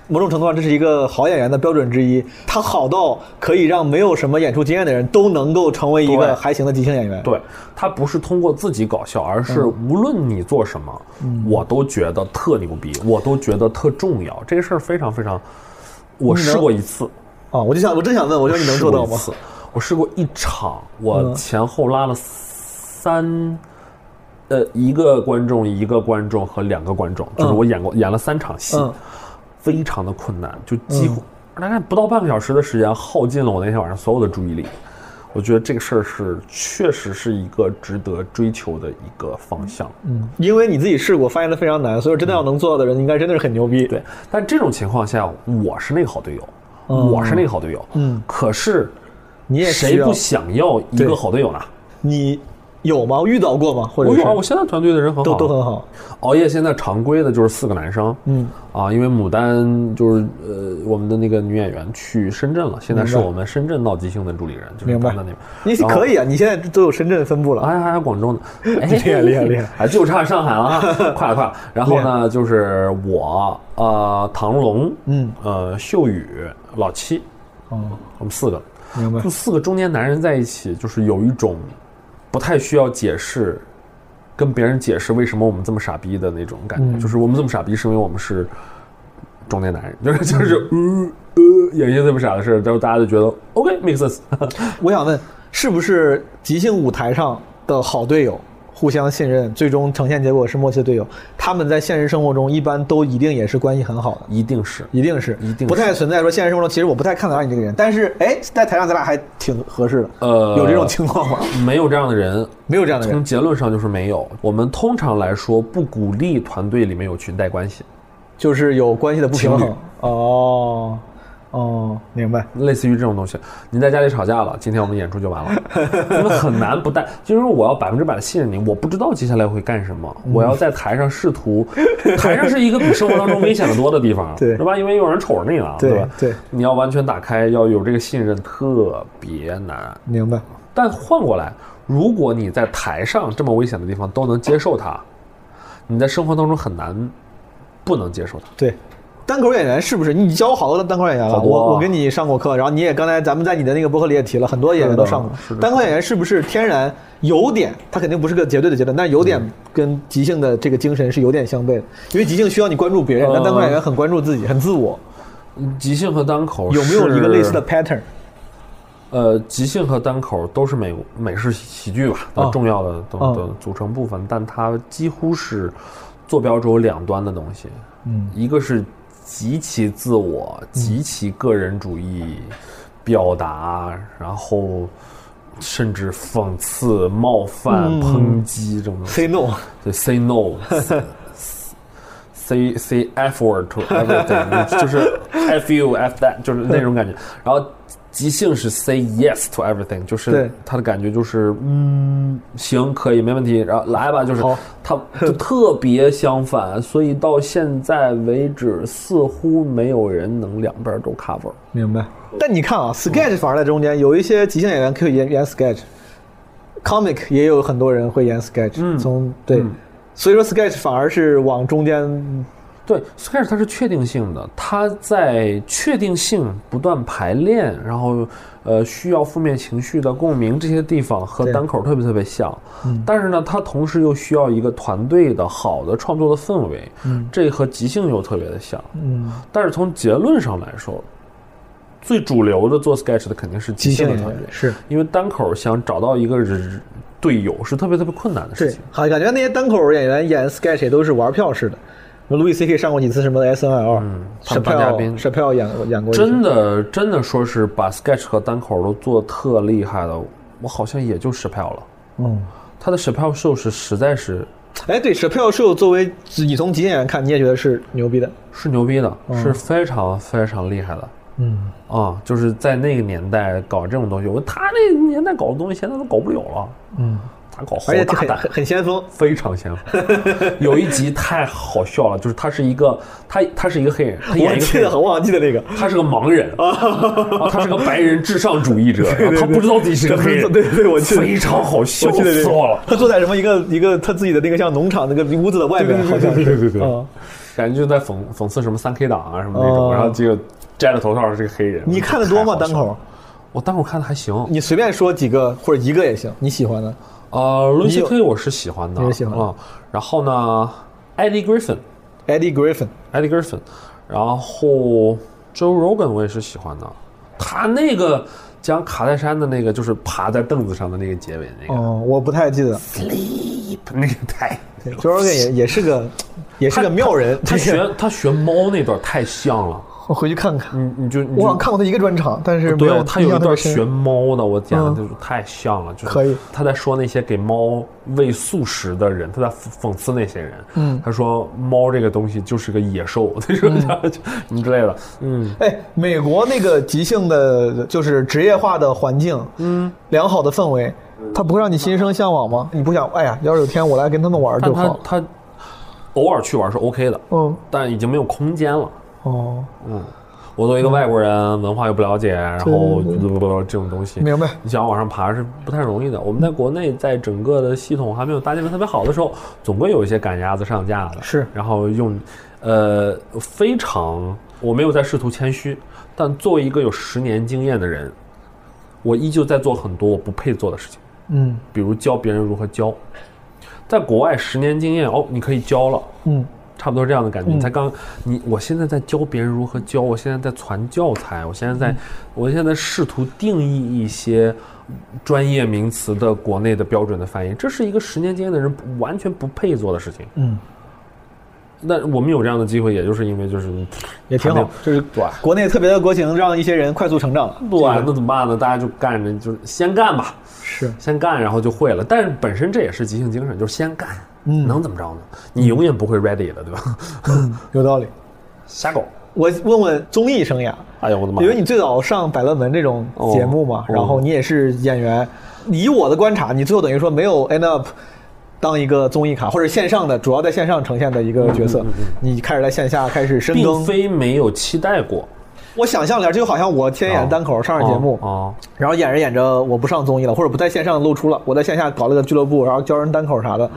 某种程度上，这是一个好演员的标准之一。他好到可以让没有什么演出经验的人都能够成为一对个还行的即兴演员。，对他不是通过自己搞笑，而是无论你做什么，我都觉得特牛逼，我都觉得特重要。这个事儿非常非常，我试过一次，啊，我就想，我真想问，我觉得你能试做过到一吗？嗯次我试过一场，我前后拉了三，呃，一个观众，一个观众和两个观众，就是嗯我演过演了三场戏嗯，非常的困难，就几乎大概不到半个小时的时间，耗尽了我那天晚上所有的注意力。我觉得这个事儿是确实是一个值得追求的一个方向。嗯，因为你自己试过，发现它非常难，所以真的要能做到的人，应该真的是很牛逼。对，但这种情况下，我是那个好队友，我是那个好队友。嗯，可是你也需谁要不想要一对个好队友呢？你有吗？遇到过吗？或者我是有啊，我现在团队的人很好，啊都都很。好。熬夜现在常规的就是四个男生，嗯啊，因为牡丹就是呃我们的那个女演员去深圳了，现在是明白我们深圳闹即兴的主理人，就是明她白在那边，你然后可以啊，你现在都有深圳分部了。还还还广 州呢，哎厉害厉害厉害，还就差上海了 啊，快了快了。然后呢，就是我呃唐龙，嗯呃秀宇老七，哦，我们四个，明白就。四个中年男人在一起，就是有一种不太需要解释，跟别人解释为什么我们这么傻逼的那种感觉。嗯就是我们这么傻逼，是因为我们是中年男人，就是就是嗯呃，演一些这么傻的事儿，然后大家就觉得 OK make sense 我想问，是不是即兴舞台上的好队友，互相信任，最终呈现结果是默契的队友？他们在现实生活中一般都一定也是关系很好的，一定是一定是，一定是不太存在说现实生活中其实我不太看得上你这个人，但是哎，在台上咱俩还挺合适的，呃有这种情况吗？没有这样的人。没有这样的从人，结论上就是没有。我们通常来说不鼓励团队里面有裙带关系， 就是有关系的不平情侣衡。哦，哦，明白。类似于这种东西。你在家里吵架了，今天我们演出就完了， 因为很难不带。就是说我要百分之百的信任你，我不知道接下来会干什么，嗯我要在台上试图，台上是一个比生活当中危险的多的地方， 对吧？因为有人瞅着你了，对吧？对，你要完全打开，要有这个信任，特别难。明白，但换过来，如果你在台上这么危险的地方都能接受它，你在生活当中很难不能接受它。对，单口演员是不是？你教好多的单口演员了，好多啊我我跟你上过课，然后你也刚才咱们在你的那个博客里也提了，很多演员都上过嗯是的是。的单口演员是不是天然有点？他肯定不是个绝对的阶段，但是有点嗯跟即兴的这个精神是有点相悖的，因为即兴需要你关注别人，呃但单口演员很关注自己，很自我。即兴和单口有没有一哦个是类似的 pattern？呃，即兴和单口都是美美式喜剧吧的哦重要的的的哦组成部分，但它几乎是坐标轴两端的东西。嗯，一个是极其自嗯我、极其个人主义表达，然后甚至讽刺、冒犯、嗯抨击这种东西。 ，say no，对，say no，say say f word to everything，就是 f you f that，就是那种感觉。然后即兴是 say yes to everything，就是对他的感觉就是嗯，行，可以，没问题，然后来吧，就是好他就特别相反，所以到现在为止，似乎没有人能两边都 cover。明白。但你看啊，sketch 反而在中间，有一些即兴演员可以演演 sketch，comic 也有很多人会演 sketch，、从嗯对，所以说 sketch 反而是往中间，对，sketch 它是确定性的，它在确定性不断排练，然后呃需要负面情绪的共鸣这些地方和对嗯单口特别特别像，但是呢，它同时又需要一个团队的好的创作的氛围，这和即兴又特别的像。嗯，但是从结论上来说，最主流的做 sketch 的肯定是即即兴兴的演团员队，是因为单口想找到一个人队友是特别特别困难的事对情。，好，感觉那些单口演员演 sketch 也都是玩票似的。什么 Louis C K 上过几次什么 S N L，他们沈当嗯嘉宾票沈票演过演过一次，真的真的说是把 sketch 和单口都做特厉害的，我好像也就 s h 了。嗯，他的 s h 秀是实在是哎，对，舍票秀作为你从极限演员看，你也觉得是牛逼的，是牛逼的，是非常非常厉害的。嗯，啊、就是在那个年代搞这种东西，我他那个年代搞的东西现在都搞不了了。嗯，他搞好而且大很胆，很很先锋，非常先锋。有一集太好笑了，就是他是一个他他是一个黑人，他演一我个记黑得人很，，我好像记得那个，他是个盲人，啊他是个白人至上主义者，然后他不知道自己是个黑人，对对对我记得非常好笑我记得那死我个了，，他坐在什么一个一个他自己的那个像农场那个屋子的外面，好像是，对对对嗯，感觉就在讽讽刺什么三 K 党啊什么那种，哦然后结果摘了头套是个黑人，你看的多太吗？好单笑了口，我单口看的还行，你随便说几个或者一个也行，你喜欢的，呃，路易斯有 K 我是喜欢的，你是喜欢的啊，然后呢，Eddie Griffin。 Eddie Griffin， Eddie Griffin，然后 Joe Rogan 我也是喜欢的，他那个讲卡戴珊的那个就是爬在凳子上的那个结尾那个、嗯，我不太记得 sleep 那个太， j o r g a n 也也是个也是个妙人， 他这个学他学猫那段太像了，我回去看看，你你就你我好像就。看过他一个专场，但是没哦对有他有印一象特段别深学猫的，我讲的嗯就是太像了，就是可以他在说那些给猫喂素食的人，他在讽讽刺那些人。嗯，他说猫这个东西就是个野兽， 他说嗯就什么之类的。嗯，哎，美国那个即兴的，就是职业化的环境，嗯，良好的氛围，嗯它不会让你心生向往吗？你不想，哎呀，要是有天我来跟他们玩但就他好。他偶尔去玩是 OK 的，嗯，但已经没有空间了。哦，我作嗯为一个外国人，文化又不了解，然后这种东西，明白你想往上爬是不太容易的。我们在国内，在整个的系统还没有搭建的特别好的时候，总会有一些赶鸭子上架的。是然后用，呃，非常，我没有在试图谦虚，但作为一个有十年经验的人，我依旧在做很多我不配做的事情。嗯比如教别人如何教。在国外十年经验哦，你可以教了，嗯，差不多这样的感觉。你才刚你，我现在在教别人如何教，我现在在传教材，我现在在，嗯我现在试图定义一些专业名词的国内的标准的翻译，这是一个十年经验的人不完全不配做的事情。嗯，那我们有这样的机会，也就是因为就是也挺还没好有，就是对。国内特别的国情让一些人快速成长了。对，那怎么办呢？大家就干着，就是先干吧。是先干，然后就会了。但是本身这也是即兴精神，就是先干，嗯能怎么着呢？你永远不会 ready 的，对吧？有道理。 瞎搞。我问问综艺生涯，哎呦我的妈！因为你最早上《百乐门》这种节目嘛，哦然后你也是演员，以我的观察，你最后等于说没有 end up 当一个综艺咖，或者线上的，主要在线上呈现的一个角色，嗯你开始在线下开始深并耕。非没有期待过。我想象了，这就好像我天天演单口上上节目，哦然后演着演着我不上综艺了，或者不在线上露出了，我在线下搞了个俱乐部，然后教人单口啥的。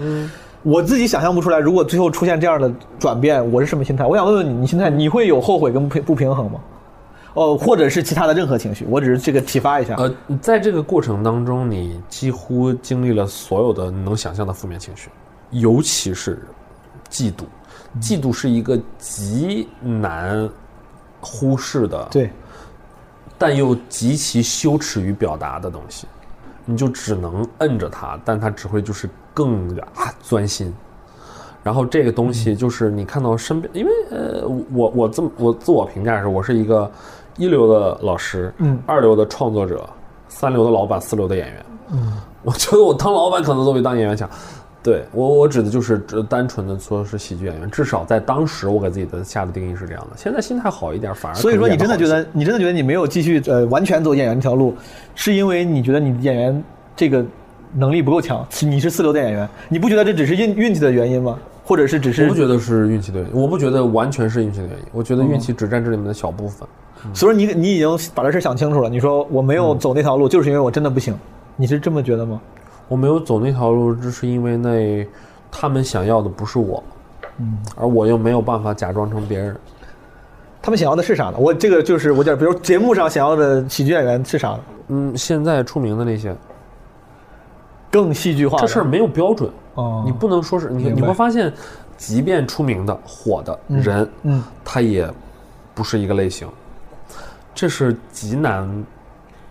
我自己想象不出来，如果最后出现这样的转变，我是什么心态？我想问问你，你心态你会有后悔跟不平不平衡吗？哦，或者是其他的任何情绪？我只是这个启发一下。哦呃，在这个过程当中，你几乎经历了所有的能想象的负面情绪，尤其是嫉妒。嫉妒是一个极难忽视的，对，但又极其羞耻于表达的东西，你就只能摁着它，但它只会就是更啊钻心。然后这个东西就是你看到身边，因为呃，我我这么我自我评价是，我是一个一流的老师，嗯二流的创作者，三流的老板，四流的演员。嗯，我觉得我当老板可能都比当演员强。对我，我指的就是只单纯的说是喜剧演员，至少在当时我给自己的下的定义是这样的。现在心态好一点，反而所以啊说，你真的觉可能演好一些得你真的觉得你没有继续呃完全走演员这条路，是因为你觉得你演员这个能力不够强，你是四流的演员，你不觉得这只是运运气的原因吗？或者是只我是不？觉得是运气的原因，我不觉得完全是运气的原因，我觉得运气只占这里面的小部分。所以说你你已经把这事儿想清楚了，你说我没有走那条路，就是因为我真的不行，你是这么觉得吗？我没有走那条路，这是因为那他们想要的不是我，嗯，而我又没有办法假装成别人。他们想要的是啥呢？我这个就是我讲，比如节目上想要的喜剧演员是啥呢？嗯，现在出名的那些，更戏剧化的。这事儿没有标准，哦你不能说是你明白你会发现，即便出名的火的人，嗯他也不是一个类型，这是极难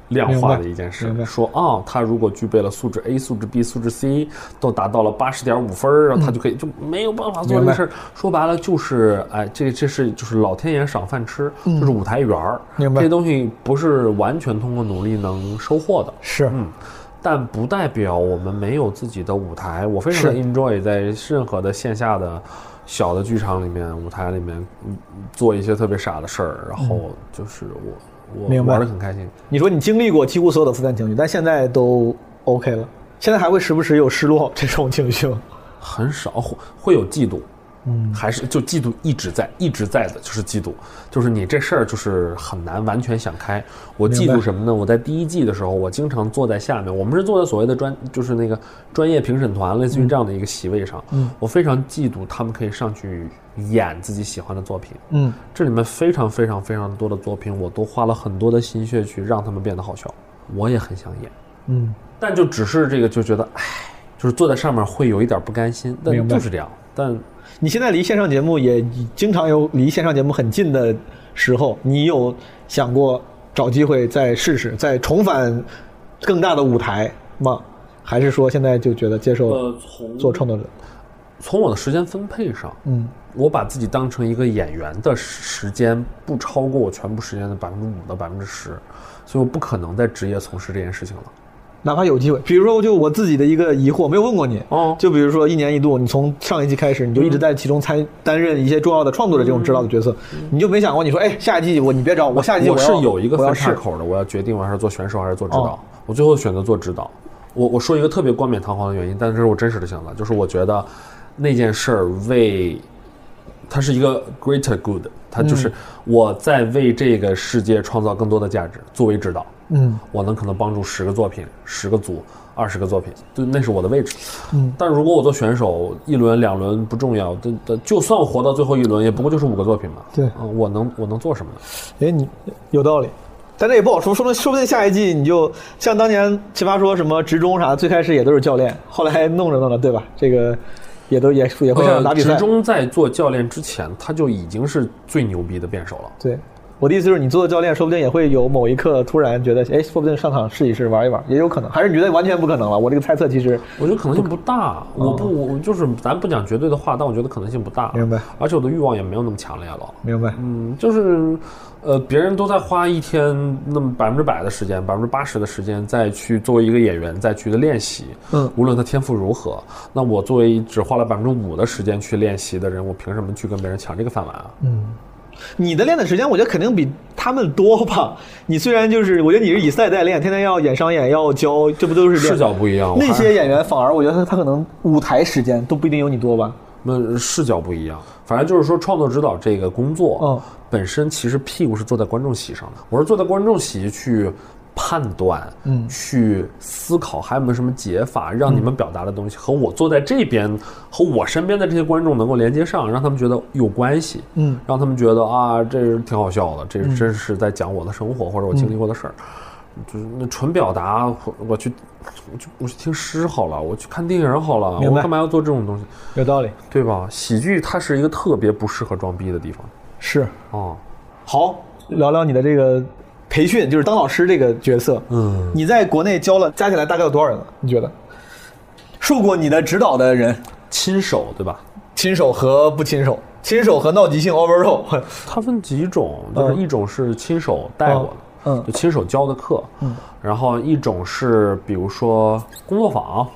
量化的一件事明白明。白说啊、他如果具备了素质 A、素质 B、素质 C 都达到了八十点五分儿，然后他就可以就没有办法做这嗯明个白事儿。说白了就是，哎，这这是就是老天爷赏饭吃，就是舞台缘儿。嗯明白这些东西不是完全通过努力能收获的。是嗯，但不代表我们没有自己的舞台。我非常的是 enjoy 在任何的线下的小的剧场里面、舞台里面嗯做一些特别傻的事儿，然后就是我、我嗯明白玩的很开心。你说你经历过几乎所有的负面情绪，但现在都 OK 了，现在还会时不时有失落这种情绪吗？很少会会有嫉妒，嗯，还是就嫉妒一直在，一直在的就是嫉妒，就是你这事儿就是很难完全想开。我嫉明妒白什么呢？我在第一季的时候，我经常坐在下面，我们是坐在所谓的专，就是那个专业评审团，类似于这样的一个席位上，嗯，我非常嫉妒他们可以上去演自己喜欢的作品，嗯，这里面非常非常非常多的作品，我都花了很多的心血去让他们变得好笑，我也很想演，嗯，但就只是这个就觉得，唉，就是坐在上面会有一点不甘心，明但白就是这样，但你现在离线上节目也经常有离线上节目很近的时候，你有想过找机会再试试，再重返更大的舞台吗？还是说现在就觉得接受从做创作者？呃从我的时间分配上，嗯，我把自己当成一个演员的时间不超过我全部时间的百分之五到百分之十，所以我不可能再职业从事这件事情了。哪怕有机会，比如说就我自己的一个疑惑，没有问过你。哦就比如说一年一度，你从上一季开始，你就一直在其中参担任一些重要的创作者这种指导的角色，你就没想过你说，哎，下一季我你别找我，下一季嗯我是要有一个我分要岔试。口的，我要决定我还是做选手还是做指导哦。我最后选择做指导。我我说一个特别冠冕堂皇的原因，但是我真实的想法就是，我觉得那件事儿为它是一个 greater good，它嗯就是我在为这个世界创造更多的价值。作为指导，嗯，我能可能帮助十个作品、十个组、二十个作品，就那是我的位置。嗯，但如果我做选手，一轮两轮不重要，但但就算我活到最后一轮，也不过就是五个作品嘛。对嗯，我能我能做什么呢？哎，你有道理，但这也不好说，说不定说不定下一季你就像当年奇葩说什么职中啥，最开始也都是教练，后来弄着弄着，对吧？这个也都也也会上场打比赛。呃。职中在做教练之前，他就已经是最牛逼的辩手了。对，我的意思就是，你做的教练，说不定也会有某一刻突然觉得，哎，说不定上场试一试，玩一玩，也有可能。还是你觉得完全不可能了？我这个猜测其实我觉得可能性不大，嗯我不我我就是咱不讲绝对的话，但我觉得可能性不大。明白。而且我的欲望也没有那么强烈了。明白。嗯，就是，呃，别人都在花一天那么百分之百的时间，百分之八十的时间再去作为一个演员再去的练习，嗯无论他天赋如何，那我作为只花了百分之五的时间去练习的人，我凭什么去跟别人抢这个饭碗啊？你的练的时间，我觉得肯定比他们多吧。 你虽然就是，我觉得你是以赛代练，天天要演商演，要教，这不都是练视角不一样，我那还些演员反而我觉得他可能舞台时间都不一定有你多吧。那视角不一样，反正就是说，创作指导这个工作，嗯本身其实屁股是坐在观众席上的，我是坐在观众席去判断，嗯，去思考还有没有什么解法，让嗯你们表达的东西和我坐在这边和我身边的这些观众能够连接上，让他们觉得有关系，嗯，让他们觉得啊，这是挺好笑的，这是真是在讲我的生活或者我嗯经历过的事儿。就是那纯表达，我我去，我去，我去听诗好了，我去看电影好了，明我白干嘛要做这种东西？有道理，对吧？喜剧它是一个特别不适合装逼的地方是。哦。好，聊聊你的这个培训，就是当老师这个角色。嗯，你在国内教了，加起来大概有多少人了？你觉得？受过你的指导的人，亲手对吧？亲手和不亲手，亲手和闹急性 overall，它分几种，就是嗯一种是亲手带过的，嗯就亲手教的课，嗯，然后一种是比如说工作坊、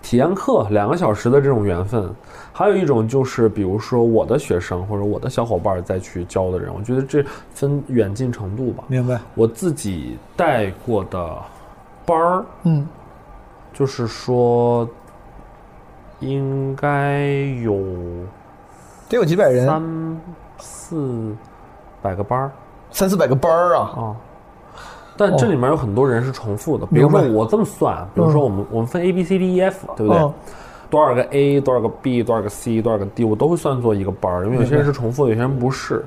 体验课，两个小时的这种缘分，还有一种就是比如说我的学生或者我的小伙伴再去教的人，我觉得这分远近程度吧。明白？我自己带过的班儿，嗯，就是说应该有得有几百人，三四百个班儿三四百个班儿啊，啊。但这里面有很多人是重复的，比如说哦明白我这么算，比如说我们、我们分 A B C D E F，对不对？嗯多少个 A，多少个 B，多少个 C，多少个 D，我都会算作一个班儿，因为有些人是重复的，有些人不是，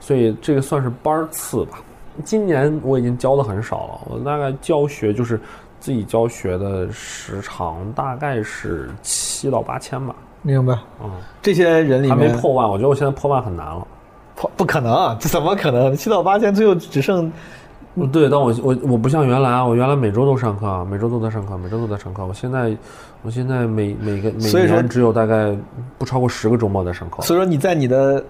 所以这个算是班儿次吧。今年我已经教的很少了，我大概教学就是自己教学的时长大概是七到八千吧，明白？嗯，这些人里还没面破万，我觉得我现在破万很难了。破不可能啊，这怎么可能？七到八千，最后只剩对，但我我我不像原来啊，我原来每周都上课啊，每周都在上课，每周都在上课。我现在，我现在每每个每所以说年只有大概不超过十个周末在上课。所以说你在你的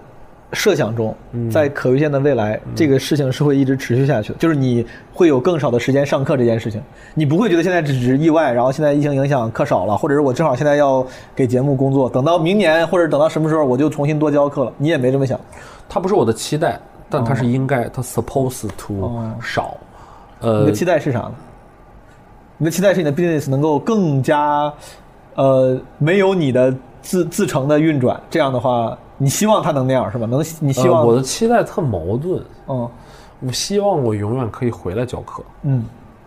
设想中，嗯在可预见的未来，这个事情是会一直持续下去的，就是你会有更少的时间上课这件事情，你不会觉得现在只是意外，然后现在疫情影响课少了，或者是我正好现在要给节目工作，等到明年或者等到什么时候我就重新多教课了，你也没这么想，它不是我的期待，但它是应该，它 supposed to 哦少。你呃的，期待是啥呢？你的期待是你的 business 能够更加，呃，没有你的自自成的运转，这样的话，你希望它能那样是吧？能你希望、呃我的期待特矛盾，嗯我希望我永远可以回来教课，嗯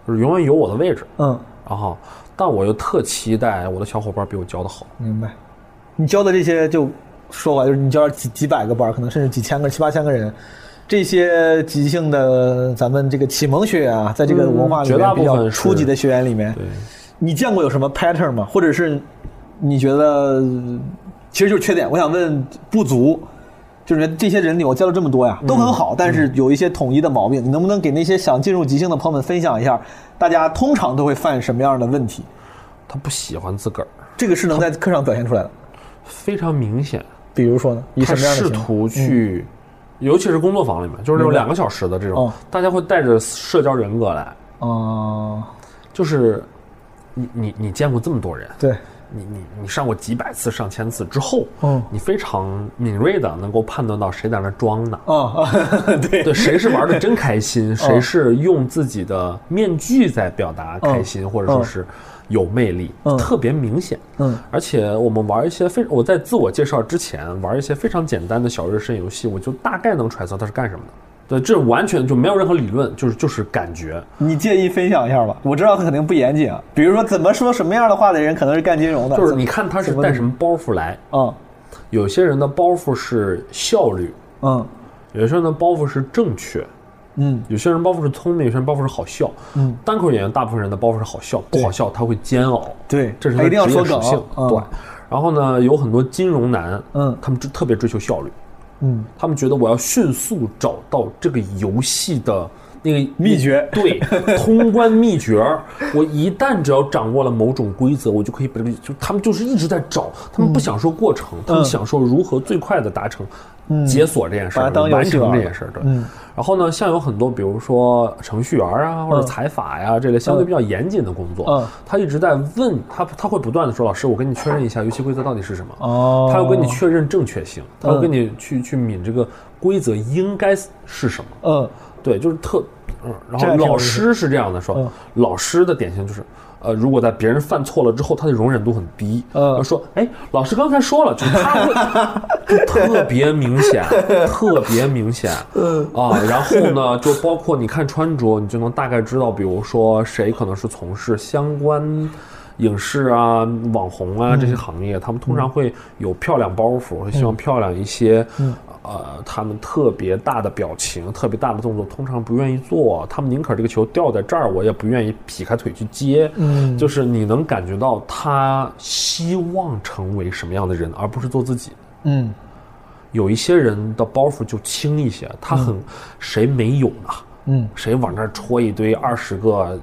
就是永远有我的位置。嗯。然后，但我又特期待我的小伙伴比我教的好。明白。你教的这些就说吧，就是你教了几几百个班儿，可能甚至几千个、七八千个人，这些即兴的咱们这个启蒙学员啊，在这个文化里嗯绝大面比部分较是初级的学员里面，对，你见过有什么 pattern 吗？或者是你觉得呃其实就是缺点？我想问不足。就是这些人里，我教了这么多嗯呀，都很好，但是有一些统一的毛病。你能不能给那些想进入即兴的朋友们分享一下，大家通常都会犯什么样的问题？他不喜欢自个儿，这个是能在课上表现出来的。非常明显。比如说呢，以什他么样的试情况嗯图去，尤其是工作坊里面，就是那明种白两个小时的这种，哦大家会带着社交人格来，哦，就是你你你见过这么多人，对，你你你上过几百次、上千次之后，嗯你非常敏锐的能够判断到谁在那装呢。哦， 啊对，对，谁是玩的真开 嗯心，谁是用自己的面具在表达开心，或者说是有魅力，嗯特别明显。嗯，而且我们玩一些非我在自我介绍之前玩一些非常简单的小热身游戏，我就大概能揣测它是干什么的。对，这完全就没有任何理论，就是就是感觉。你介意分享一下吧？我知道他肯定不严谨啊，比如说怎么说什么样的话的人可能是干金融的，就是怎么你看他是怎么带什么包袱来，嗯有些人的包袱是效率，嗯有些人的包袱是正确，嗯，有些人包袱是聪明，有些人包袱是好笑。嗯，单口演员大部分人的包袱是好笑，不好笑他会煎熬。对这是他他一定要职业属说性梗。嗯对，然后呢，有很多金融男，嗯他们就特别追求效率，嗯，他们觉得我要迅速找到这个游戏的。那个秘诀对，通关秘诀儿，我一旦只要掌握了某种规则，我就可以把这个，就他们就是一直在找，他嗯们不享受过程，他们享受如何最快的达成、嗯解锁这件事儿，把它当游完戏成玩这儿件事儿。对，嗯然后呢，像有很多，比如说程序员啊，或者嗯财法呀、这类相对比较严谨的工作，嗯他一直在问他，他会不断的说：“老师，我跟你确认一下游戏规则到底是什么。”哦嗯他要跟你确认正确性，他要跟你去、去抿这个规则应该是什么。嗯对，就是特，嗯，然这还挺后有老意思师是这样的说，嗯老师的典型就是，呃，如果在别人犯错了之后，他的容忍度很低，嗯要说，哎，老师刚才说了，就是他 会就特别明显，特别明显，嗯啊，然后呢，就包括你看穿着，你就能大概知道，比如说谁可能是从事相关。影视啊、网红啊这些行业，他们通常会有漂亮包袱，会希望漂亮一些，呃，他们特别大的表情、特别大的动作，通常不愿意做。他们宁可这个球掉在这儿，我也不愿意劈开腿去接。嗯，就是你能感觉到他希望成为什么样的人，而不是做自己。嗯，有一些人的包袱就轻一些，他很、谁没有呢？嗯，谁往那儿戳一堆二十个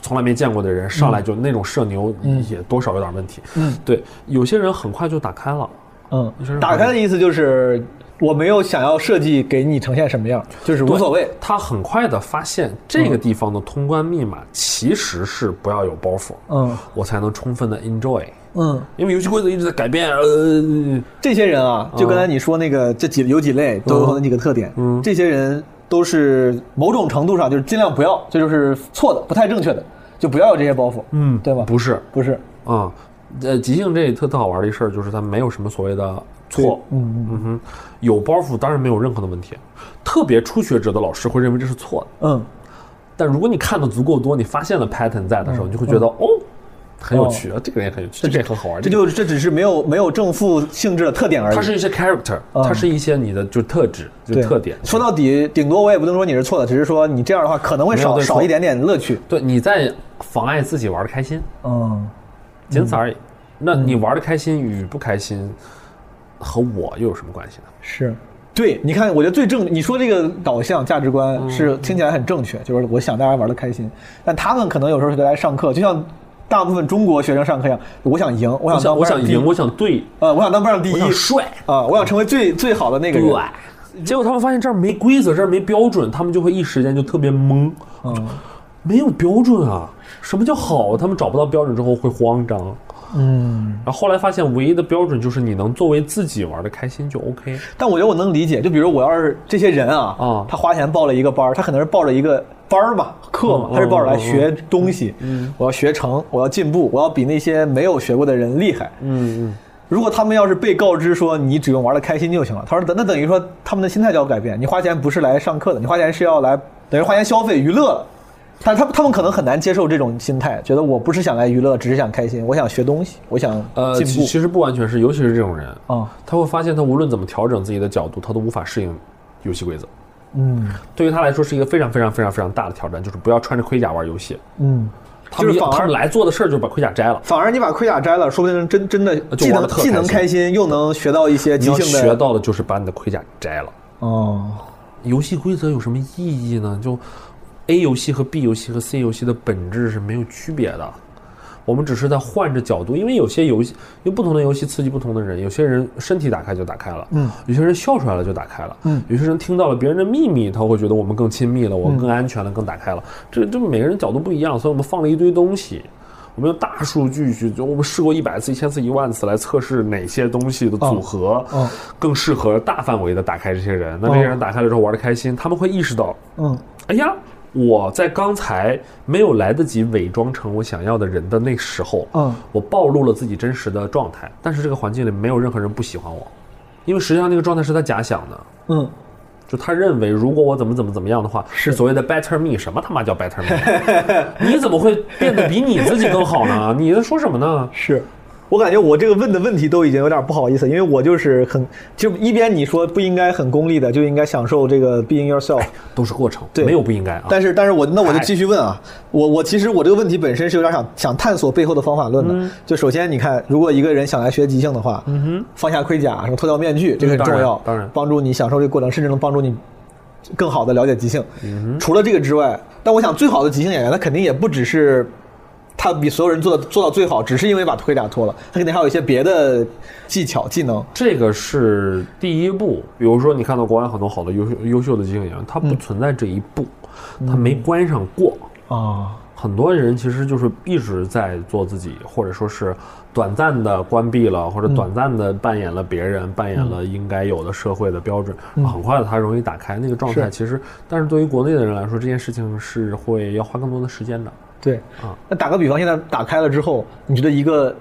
从来没见过的人上来就那种社牛，也多少有点问题。嗯，对，有些人很快就打开了，嗯你说是，打开的意思就是我没有想要设计给你呈现什么样，就是无所谓。他很快的发现这个地方的通关密码其实是不要有包袱，嗯我才能充分的 enjoy。嗯，因为游戏规则一直在改变，呃，这些人啊，就刚才你说那个这几有几类都有那几个特点，嗯这些人都是某种程度上就是尽量不要，这就是错的，不太正确的，就不要有这些包袱，嗯对吧？不是不是，啊，呃，即兴这特特好玩的一事儿就是它没有什么所谓的错，嗯嗯哼，有包袱当然没有任何的问题，特别初学者的老师会认为这是错的，嗯，但如果你看的足够多，你发现了 pattern 在嗯的时候，你就会觉得哦，很有趣，啊，这个也很有趣，这个也很好玩，这个就这只是没有没有正负性质的特点而已。它是一些 character，它是一些你的就特质就嗯对特点。说到底，顶多我也不能说你是错的，只是说你这样的话可能会没有少对错少一点点乐趣。对，你在妨碍自己玩的开心，嗯，仅此而已。那你玩的开心与不开心，和我又有什么关系呢？是。对，你看，我觉得最正，你说这个导向价值嗯观是听起来很正确，就是我想大家玩的开心，但他们可能有时候来上课，就像大部分中国学生上课一样，我想赢，我我想想，当我班上想第一赢，我想对，呃，我想当班上第我一想帅，啊，我想成为最最好的那个人对。。结果他们发现这儿没规则，这儿没标准，他们就会一时间就特别懵，嗯没有标准啊！什么叫好？他们找不到标准之后会慌张。嗯，然后后来发现，唯一的标准就是你能作为自己玩的开心就 OK。但我觉得我能理解，就比如我要是这些人啊，啊他花钱报了一个班儿，他可能是报了一个班儿嘛，课嘛嗯，他是抱着嗯来嗯嗯学东西，我要学成，我要进步，我要比那些没有学过的人厉害。嗯嗯，如果他们要是被告知说你只用玩的开心就行了，他说那等于说他们的心态就要改变，你花钱不是来上课的，你花钱是要来等于花钱消费娱乐了。但他他们可能很难接受这种心态，觉得我不是想来娱乐，只是想开心，我想学东西，我想呃，进其步。其实不完全是，尤其是这种人啊他会发现他无论怎么调整自己的角度，他都无法适应游戏规则。嗯对于他来说是一个非常非常非常非常大的挑战，就是不要穿着盔甲玩游戏。嗯，他们就是反而他们来做的事儿就是把盔甲摘了，反而你把盔甲摘了，说不定真真的呃就既玩能得特既能开开心，又能学到一些你即要兴的。学到的就是把你的盔甲摘了。哦，游戏规则有什么意义呢？就 A 游戏和 B 游戏和 C 游戏的本质是没有区别的，我们只是在换着角度，因为有些游戏，因为不同的游戏刺激不同的人，有些人身体打开就打开了，嗯，有些人笑出来了就打开了，嗯，有些人听到了别人的秘密，他会觉得我们更亲密了，我们更安全了，更打开了，这这每个人角度不一样，所以我们放了一堆东西。我们用大数据去，就我们试过一百次、一千次、一万次来测试哪些东西的组合嗯更适合大范围的打开这些人。那这些人打开了之后玩的开心，他们会意识到，嗯哎呀，我在刚才没有来得及伪装成我想要的人的那时候，嗯我暴露了自己真实的状态，但是这个环境里没有任何人不喜欢我，因为实际上那个状态是他假想的。嗯，就他认为，如果我怎么怎么怎么样的话，是所谓的 better me，什么他妈叫 better me？你 怎么会变得比你自己更好 呢？你在说什么呢？是。我感觉我这个问的问题都已经有点不好意思，因为我就是很，就一边你说不应该很功利的，就应该享受这个 being yourself，都是过程，对没有不应该啊。但是，但是我那我就哎继续问啊，我我其实我这个问题本身是有点想想探索背后的方法论的。嗯就首先你看，如果一个人想来学即兴的话，放下盔甲，什么脱掉面具，这个很嗯当重然要，当然帮助你享受这个过程，甚至能帮助你更好的了解即兴。嗯除了这个之外，但我想最好的即兴演员，他肯定也不只是。他比所有人做的做到最好，只是因为把盔甲脱了。他肯定还有一些别的技巧、技能。这个是第一步。比如说，你看到国外很多好的优秀优秀的即兴演员，他嗯不存在这一步，他没关上过。哦啊，很多人其实就是一直在做自己，或者说是短暂的关闭了，或者短暂的扮演了别人，扮演了应该有的社会的标准。很快的，他容易打开那个状态。是其实，但是对于国内的人来说，这件事情是会要花更多的时间的。对啊那打个比方，现在打开了之后，你觉得一个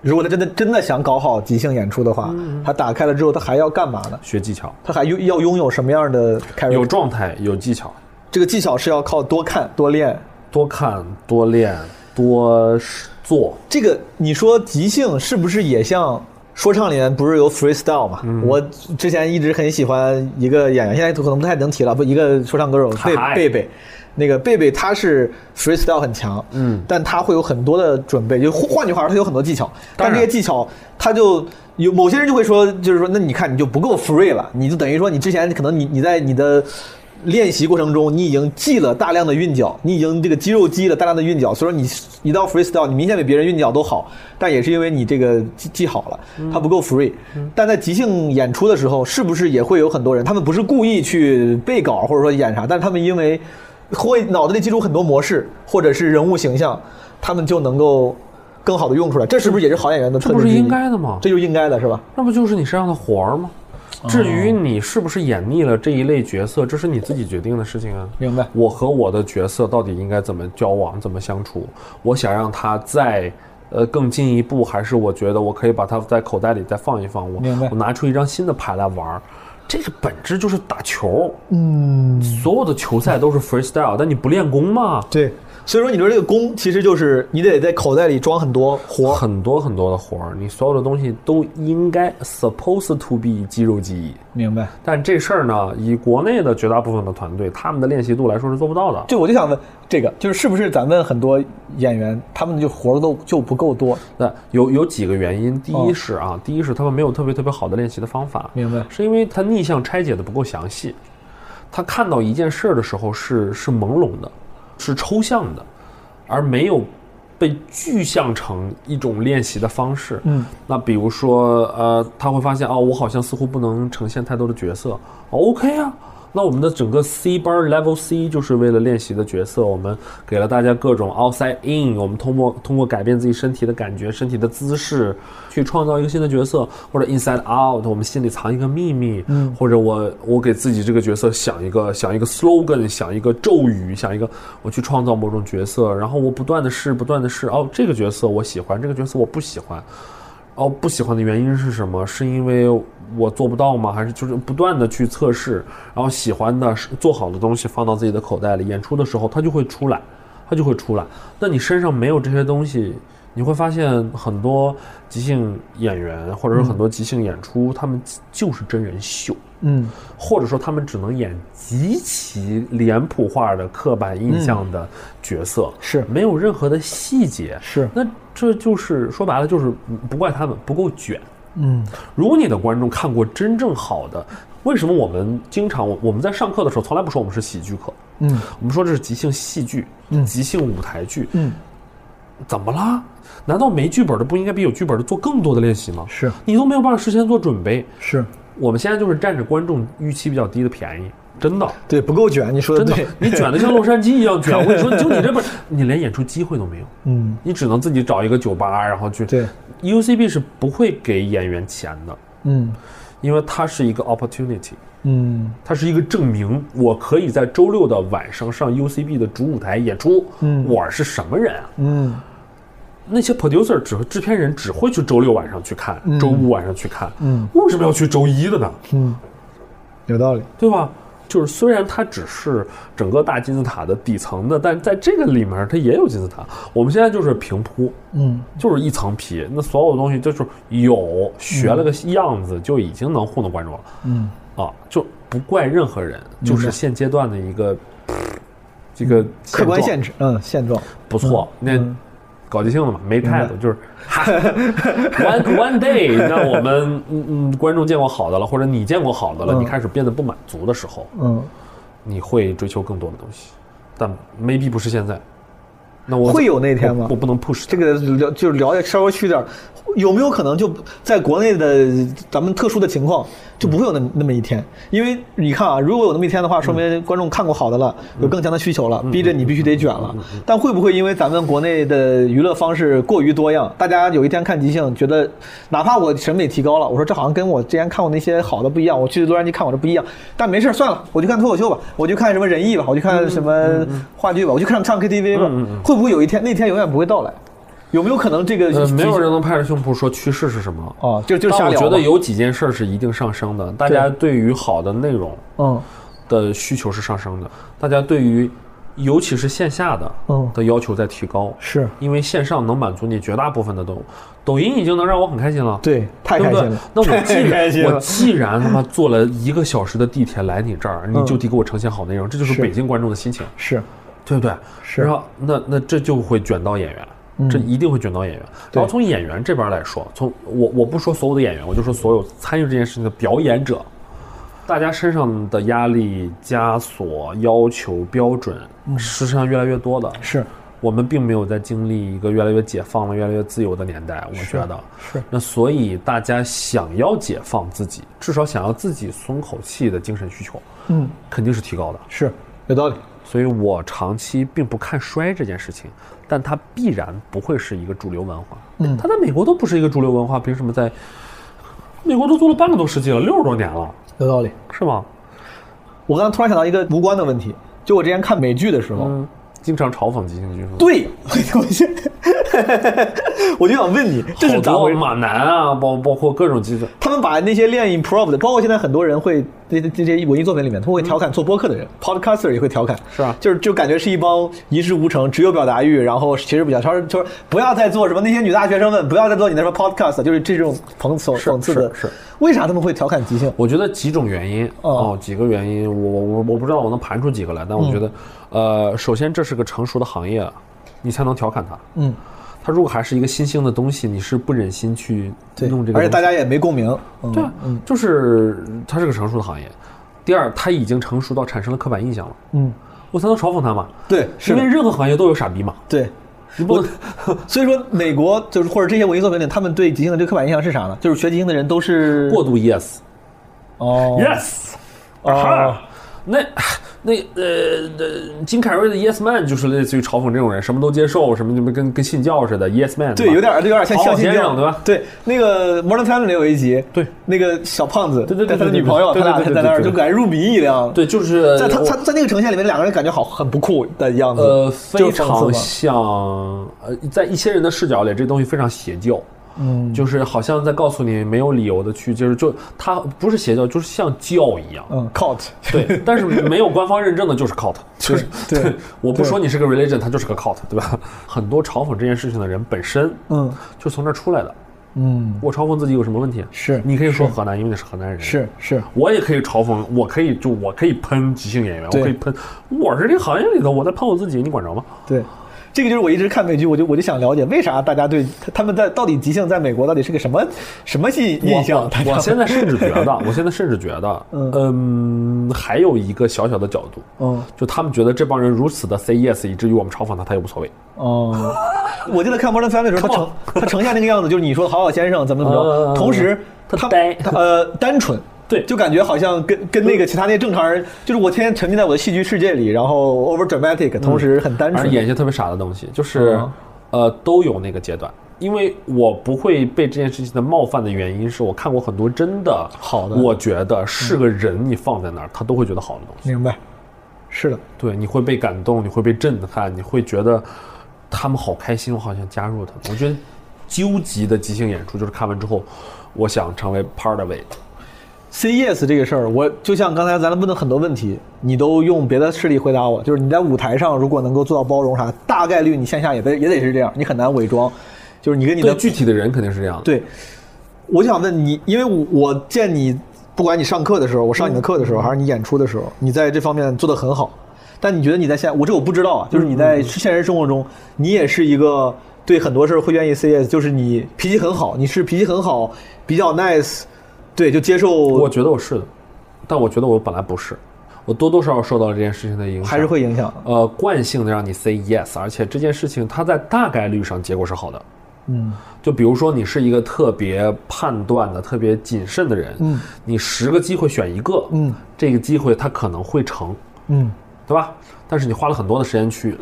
如果他真的真的想搞好即兴演出的嗯话，他打开了之后，他还要干嘛呢？学技巧，他还拥要拥有什么样的开有状态，有技巧，这个技巧是要靠多看多练。多看，多练，多做。这个你说即兴是不是也像说唱里面不是有 freestyle 嘛？嗯我之前一直很喜欢一个演员，现在可能不太能提了，不一个说唱歌手贝嗨贝贝。那个贝贝他是 freestyle 很强，嗯但他会有很多的准备，就换换句话说，他有很多技巧，当但然这些技巧他就有某些人就会说，就是说，那你看你就不够 free 了，你就等于说你之前可能你你在你的练习过程中，你已经记了大量的韵脚，你已经这个肌肉记了大量的韵脚，所以说你一到 freestyle，你明显比别人韵脚都好，但也是因为你这个记记好了，它不够 free。但在即兴演出的时候，是不是也会有很多人，他们不是故意去背稿或者说演啥，但是他们因为会脑子里记住很多模式或者是人物形象，他们就能够更好的用出来。这是不是也是好演员的这特质不之是一？应该的吗？这就是应该的是吧？那不就是你身上的活儿吗？哦至于你是不是演腻了这一类角色，这是你自己决定的事情啊。明白我和我的角色到底应该怎么交往，怎么相处？我想让他再呃更进一步，还是我觉得我可以把它在口袋里再放一放，我明白我拿出一张新的牌来玩儿。这个本质就是打球，嗯，所有的球赛都是 freestyle，但你不练功吗？对，所以说你说这个功其实就是你得在口袋里装很多活儿，很多很多的活儿，你所有的东西都应该 supposed to be 肌肉记忆。明白？但这事儿呢，以国内的绝大部分的团队，他们的练习度来说是做不到的。就我就想问，这个就是是不是咱们很多演员他们就活儿都就不够多？那有有几个原因，第一是啊，第一是他们没有特别特别好的练习的方法，哦明白是因为他逆向拆解的不够详细，他看到一件事儿的时候是是朦胧的，是抽象的，而没有被具象成一种练习的方式。嗯，那比如说呃，他会发现哦，我好像似乎不能呈现太多的角色。哦 OK 啊。那我们的整个 C 班 Level C 就是为了练习的角色，我们给了大家各种 outside in，我们通过通过改变自己身体的感觉、身体的姿势，去创造一个新的角色，或者 inside out，我们心里藏一个秘密，嗯，或者我我给自己这个角色想一个想一个 slogan，想一个咒语，想一个我去创造某种角色，然后我不断的试，不断的试，哦，这个角色我喜欢，这个角色我不喜欢，哦，不喜欢的原因是什么？是因为我做不到吗？还是就是不断的去测试，然后喜欢的是做好的东西放到自己的口袋里，演出的时候它就会出来，它就会出来。那你身上没有这些东西，你会发现很多即兴演员或者是很多即兴演出，他们就是真人秀。嗯，或者说他们只能演极其脸谱化的刻板印象的角色，是没有任何的细节，是那这就是说白了就是嗯不怪他们不够卷，嗯，如果你的观众看过真正好的，为什么我们经常我我们在上课的时候从来不说我们是喜剧课，嗯，我们说这是即兴戏剧，嗯即兴舞台剧，嗯，怎么啦？难道没剧本的不应该比有剧本的做更多的练习吗？是你都没有办法事先做准备，是，我们现在就是占着观众预期比较低的便宜，真的，对，不够卷，你说的真的呃对，，你卷的像洛杉矶一样 卷。我跟你说，就你这本，你连演出机会都没有，嗯，你只能自己找一个酒吧，然后去。 对， ，UCB 是不会给演员钱的，嗯因为它是一个 opportunity，嗯它是一个证明，我可以在周六的晚上上 UCB 的主舞台演出。嗯我是什么人啊？嗯那些 producer 只制片人只会去周六晚上去看，周五晚上去看，嗯为什么要去周一的呢？嗯，有道理，对吧？就是虽然它只是整个大金字塔的底层的，但在这个里面它也有金字塔。我们现在就是平铺，嗯，就是一层皮，那所有东西就是有学了个样子就已经能糊弄观众了。嗯，啊，就不怪任何人，明白就是现阶段的一个这个客观状限制，嗯，现状，不错，那嗯搞即兴的嘛，没态度，就是哈 one one day，让我们嗯嗯观众见过好的了，或者你见过好的了，嗯你开始变得不满足的时候，嗯，你会追求更多的东西，但 maybe 不是现在。那我会有那天吗我我不能 push 这它。个聊就是聊的稍微虚点儿，有没有可能就在国内的咱们特殊的情况就不会有那那么一天？因为你看啊，如果有那么一天的话，说明观众看过好的了，有更强的需求了，逼着你必须得卷了。但会不会因为咱们国内的娱乐方式过于多样，大家有一天看即兴，觉得哪怕我审美提高了，我说这好像跟我之前看过那些好的不一样，我去洛杉矶看我这不一样，但没事儿算了，我就看脱口秀吧，我就看什么仁义吧，我就看什么话剧吧，我就看唱 KTV 吧，会不会有一天那天永远不会到来？有没有可能这个呃，没有人能拍着胸脯说趋势是什么。哦，就就但瞎我聊吧。觉得有几件事儿是一定上升的，大家对于好的内容嗯的需求是上升的，大家对于尤其是线下的嗯的要求在提高，是因为线上能满足你绝大部分的都，抖音已经能让我很开心了，对，太对开不心对了。？那我既太开心然了我既然他妈坐了一个小时的地铁来你这儿，你就得给我呈现好内容，这就是嗯是北京观众的心情，是对不对？是嗯然后那那这就会卷到演员。这一定会卷到演员。对然后从演员这边来说，从我我不说所有的演员，我就说所有参与这件事情的表演者，大家身上的压力、枷锁、要求、标准，事实上越来越多的。嗯是我们并没有在经历一个越来越解放了、越来越自由的年代，我觉得是那所以大家想要解放自己，至少想要自己松口气的精神需求，嗯，肯定是提高的。是有道理，所以我长期并不看衰这件事情，但它必然不会是一个主流文化。嗯它在美国都不是一个主流文化，凭什么在美国都做了半个多世纪了，六十多年了，有道理。是吗？我刚刚突然想到一个无关的问题，就我之前看美剧的时候，嗯，经常嘲讽即兴剧是吗？对， 我就我就想问你，这是好咋多回事？马男啊，包包括各种机制，他们把那些练 improv 的，包括现在很多人会这这这些文艺作品里面，他们会调侃做播客的人、p o d c a s t e r 也会调侃，嗯是啊就是就感觉是一帮一事无成、只有表达欲，然后其实比较超，就是不要再做什么那些女大学生们不要再做你那什么 podcast，就是这种讽刺是讽刺的，是是为啥他们会调侃即兴？我觉得几种原因哦嗯哦，几个原因，我我我我不知道我能盘出几个来，但我觉得，呃，首先这是个成熟的行业，你才能调侃它。嗯，它如果还是一个新兴的东西，你是不忍心去对，弄这个东西。而且大家也没共鸣，嗯、对啊，就是它是个成熟的行业。第二，它已经成熟到产生了刻板印象了，嗯，我才能嘲讽它嘛。对，是因的为任何行业都有傻逼嘛，对。你不能所以说，美国就是或者这些文艺作品里，他们对即兴的这个刻板印象是啥呢？就是学即兴的人都是过度 yes 哦 yes 哦，那那呃呃，金凯瑞的 Yes Man 就是类似于嘲讽这种人，什么都接受，什么就跟跟信教似的 Yes Man，对，吧有点有点像好相好亲先教生对吧？对，那个《Modern Family》里有一集，对那个小胖子，对对对他的对对女朋友，对他对俩对对在那儿对就对感觉入迷一样。，对，就是在他我他在那个呈现里面，两个人感觉好很不酷的样子，呃就非是讽常刺嘛像呃，在一些人的视角里，这东西非常邪教。嗯，就是好像在告诉你没有理由的去，就是就它不是邪教，就是像教一样。嗯 cult， 对，但是没有官方认证的就是 cult，就是 对对我不说你是个 religion，它就是个 cult，对吧？很多嘲讽这件事情的人本身，嗯，就从这儿出来的。嗯，我嘲讽自己有什么问题？是你可以说河南，因为你是河南人。，是是，我也可以嘲讽，我可以就我可以喷即兴演员，我对可以喷，我是这个行业里头，我在喷我自己，你管着吗？对。这个就是我一直看美剧，我就我就想了解为啥大家对他他们在到底即兴在美国到底是个什么什么系印象？大我家我现在甚至觉得，我现在甚至觉得，嗯，还有一个小小的角度，嗯就他们觉得这帮人如此的 say yes，以至于我们嘲讽他，他也无所谓。哦， 我记得看《摩登三》的时候，他 Come 呈他呈现那个样子，就是你说的好好先生怎么怎么着，嗯同时他他呆他呃单纯， 对就感觉好像跟跟那个其他那些正常人，就是我天天沉浸在我的戏剧世界里，然后 over 嗯 dramatic，同时很单而纯，演一些特别傻的东西，就是嗯，呃，都有那个阶段。因为我不会被这件事情的冒犯的原因，是我看过很多真的好的嗯我觉得是个人，你放在那儿，他都会觉得好的东西。明白？是的，对，你会被感动，你会被震撼，你会觉得他们好开心，我好想加入他们。我觉得究极的即兴演出就是看完之后，我想成为 part of it。 Say yes 这个事儿，我就像刚才咱们问的很多问题，你都用别的事例回答我。就是你在舞台上如果能够做到包容啥，大概率你线下也得也得是这样，你很难伪装。就是你跟你的对具体的人肯定是这样的。对，我就想问你，因为我我见你，不管你上课的时候，我上你的课的时候，还是你演出的时候，你在这方面做得很好。但你觉得你在现，我这我不知道啊，就是你在现实生活中，你也是一个对很多事儿会愿意 say yes，就是你脾气很好，你是脾气很好，比较 nice，对，就接我受，觉得我是的，但我觉得我本来不是，我多多少少受到了这件事情的影响，还是会影响的。呃惯性的让你 say yes，而且这件事情它在大概率上结果是好的。嗯，就比如说你是一个特别判断的、特别谨慎的人，嗯，你十个机会选一个，嗯，这个机会它可能会成，嗯，对吧？但是你花了很多的时间去，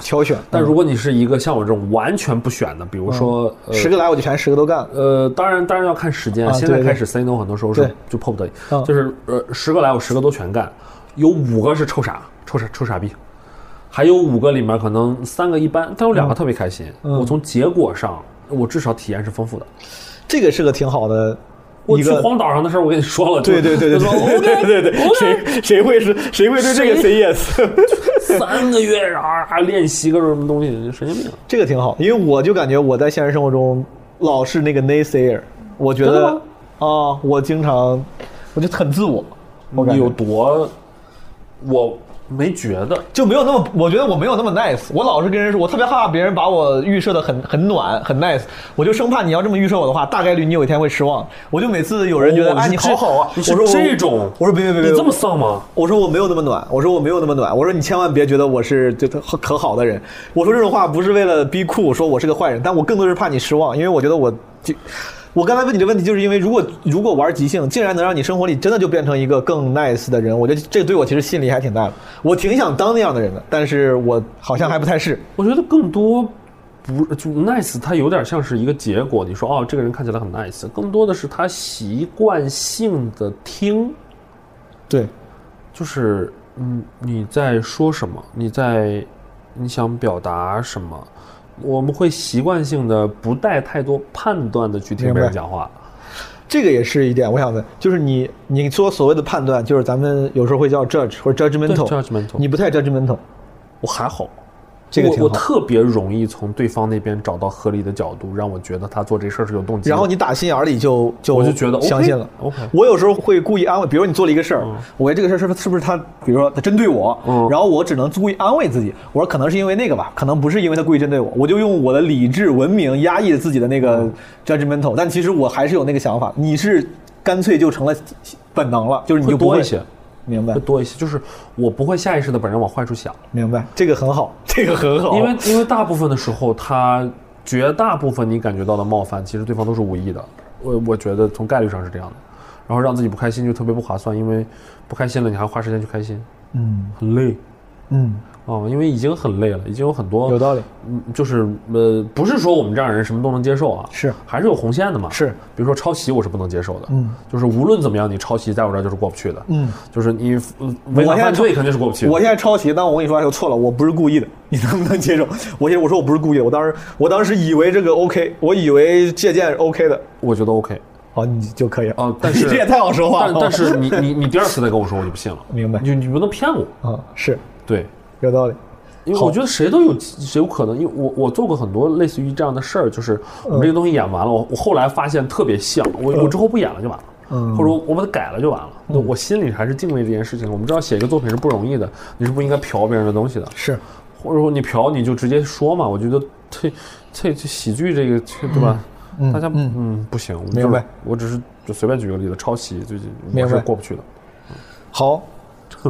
挑选，但如果你是一个像我这种完全不选的，比如说、十个来我就全十个都干了。呃呃，当然当然要看时间，啊现对在对开始 say no 很多时候对是就迫不得已，嗯就是呃十个来我十个都全干，有五个是臭傻臭傻臭傻逼。还有五个里面可能三个一般，但有两个特别开心。嗯我从结果上，我至少体验是丰富的。这个是个挺好的我一去个。荒岛上的事儿，我跟你说了。就对对 对对就说对 OK 对对对， OK，谁谁会是谁会对这个 say yes？三个月啊还练习个什么东西，神经病。这个挺好，因为我就感觉我在现实生活中老是那个 naysayer，我觉真得的啊吗、我经常我就很自我，我感你觉有多？我没觉得，就没有那么，我觉得我没有那么 nice。我老是跟人说，我特别害怕别人把我预设的很很暖很 nice，我就生怕你要这么预设我的话，大概率你有一天会失望。我就每次有人觉得、哦啊你好好啊，你我是说我这种我说别别别别，你这么丧吗？我说我没有那么暖，我说我没有那么暖，我说你千万别觉得我是就特可好的人。我说这种话不是为了逼酷，说我是个坏人，但我更多是怕你失望，因为我觉得我就。我刚才问你的问题，就是因为如果如果玩即兴，竟然能让你生活里真的就变成一个更 nice 的人，我觉得这对我其实吸引力还挺大的。我挺想当那样的人的，但是我好像还不太是。我觉得更多不呃就 nice，它有点像是一个结果。你说哦，这个人看起来很 nice，更多的是他习惯性的听，对，就是嗯你在说什么，你在你想表达什么，我们会习惯性的不带太多判断的去听别明人白讲话。这个也是一点，我想问，就是你你说所谓的判断，就是咱们有时候会叫 judge 或者 judgmental，, 对，judgmental 你不太 judgmental，我还好，这个挺我好我特别容易从对方那边找到合理的角度，让我觉得他做这事儿是有动机的。然后你打心眼儿里就就我就觉得相信了。 OK，OK 我有时候会故意安慰，比如你做了一个事儿，我觉得这个事儿是不是是不是他，比如说他针对我，嗯然后我只能故意安慰自己，我说可能是因为那个吧，可能不是因为他故意针对我，我就用我的理智、文明压抑自己的嗯那个 judgmental，但其实我还是有那个想法。你是干脆就成了本能了，就是你会就不多会一些，明白会多一些，就是我不会下意识的把人往坏处想，明白，这个很好，这个很好，因为因为大部分的时候，他绝大部分你感觉到的冒犯，其实对方都是无意的。我我觉得从概率上是这样的，然后让自己不开心就特别不划算，因为不开心了你还花时间去开心，嗯很累。嗯，哦，因为已经很累了，已经有很多有道理，嗯，就是呃，不是说我们这样的人什么都能接受啊，是还是有红线的嘛，是，比如说抄袭我是不能接受的，嗯，就是无论怎么样你抄袭在我这儿就是过不去的，嗯，就是你呃违法现在犯罪抄肯定是过不去的，我现在抄袭，但我跟你说，哎呦错了，我不是故意的， 你能不能接受？我现在我说我不是故意的，我当时我当时以为这个 OK，我以为借鉴是 OK 的，我觉得 OK 好，你就可以了。啊、但是哦 你这也太好说话了。但但是你你你第二次再跟我说我就不信了， 明白你你不能骗我， 啊，是对，有道理。因为我觉得谁都有谁有可能，因为我我做过很多类似于这样的事儿，就是我们这个东西演完了，我我后来发现特别像，我我之后不演了就完了。嗯或者我把它改了就完了。那我心里还是敬畏这件事情的。我们知道写一个作品是不容易的，你是不应该嫖别人的东西的。是，或者说你嫖你就直接说嘛。我觉得这这这喜剧这个这对吧？大家嗯不行，我就是明白。我只是就随便举个例子，抄袭最近明我白是过不去的。好，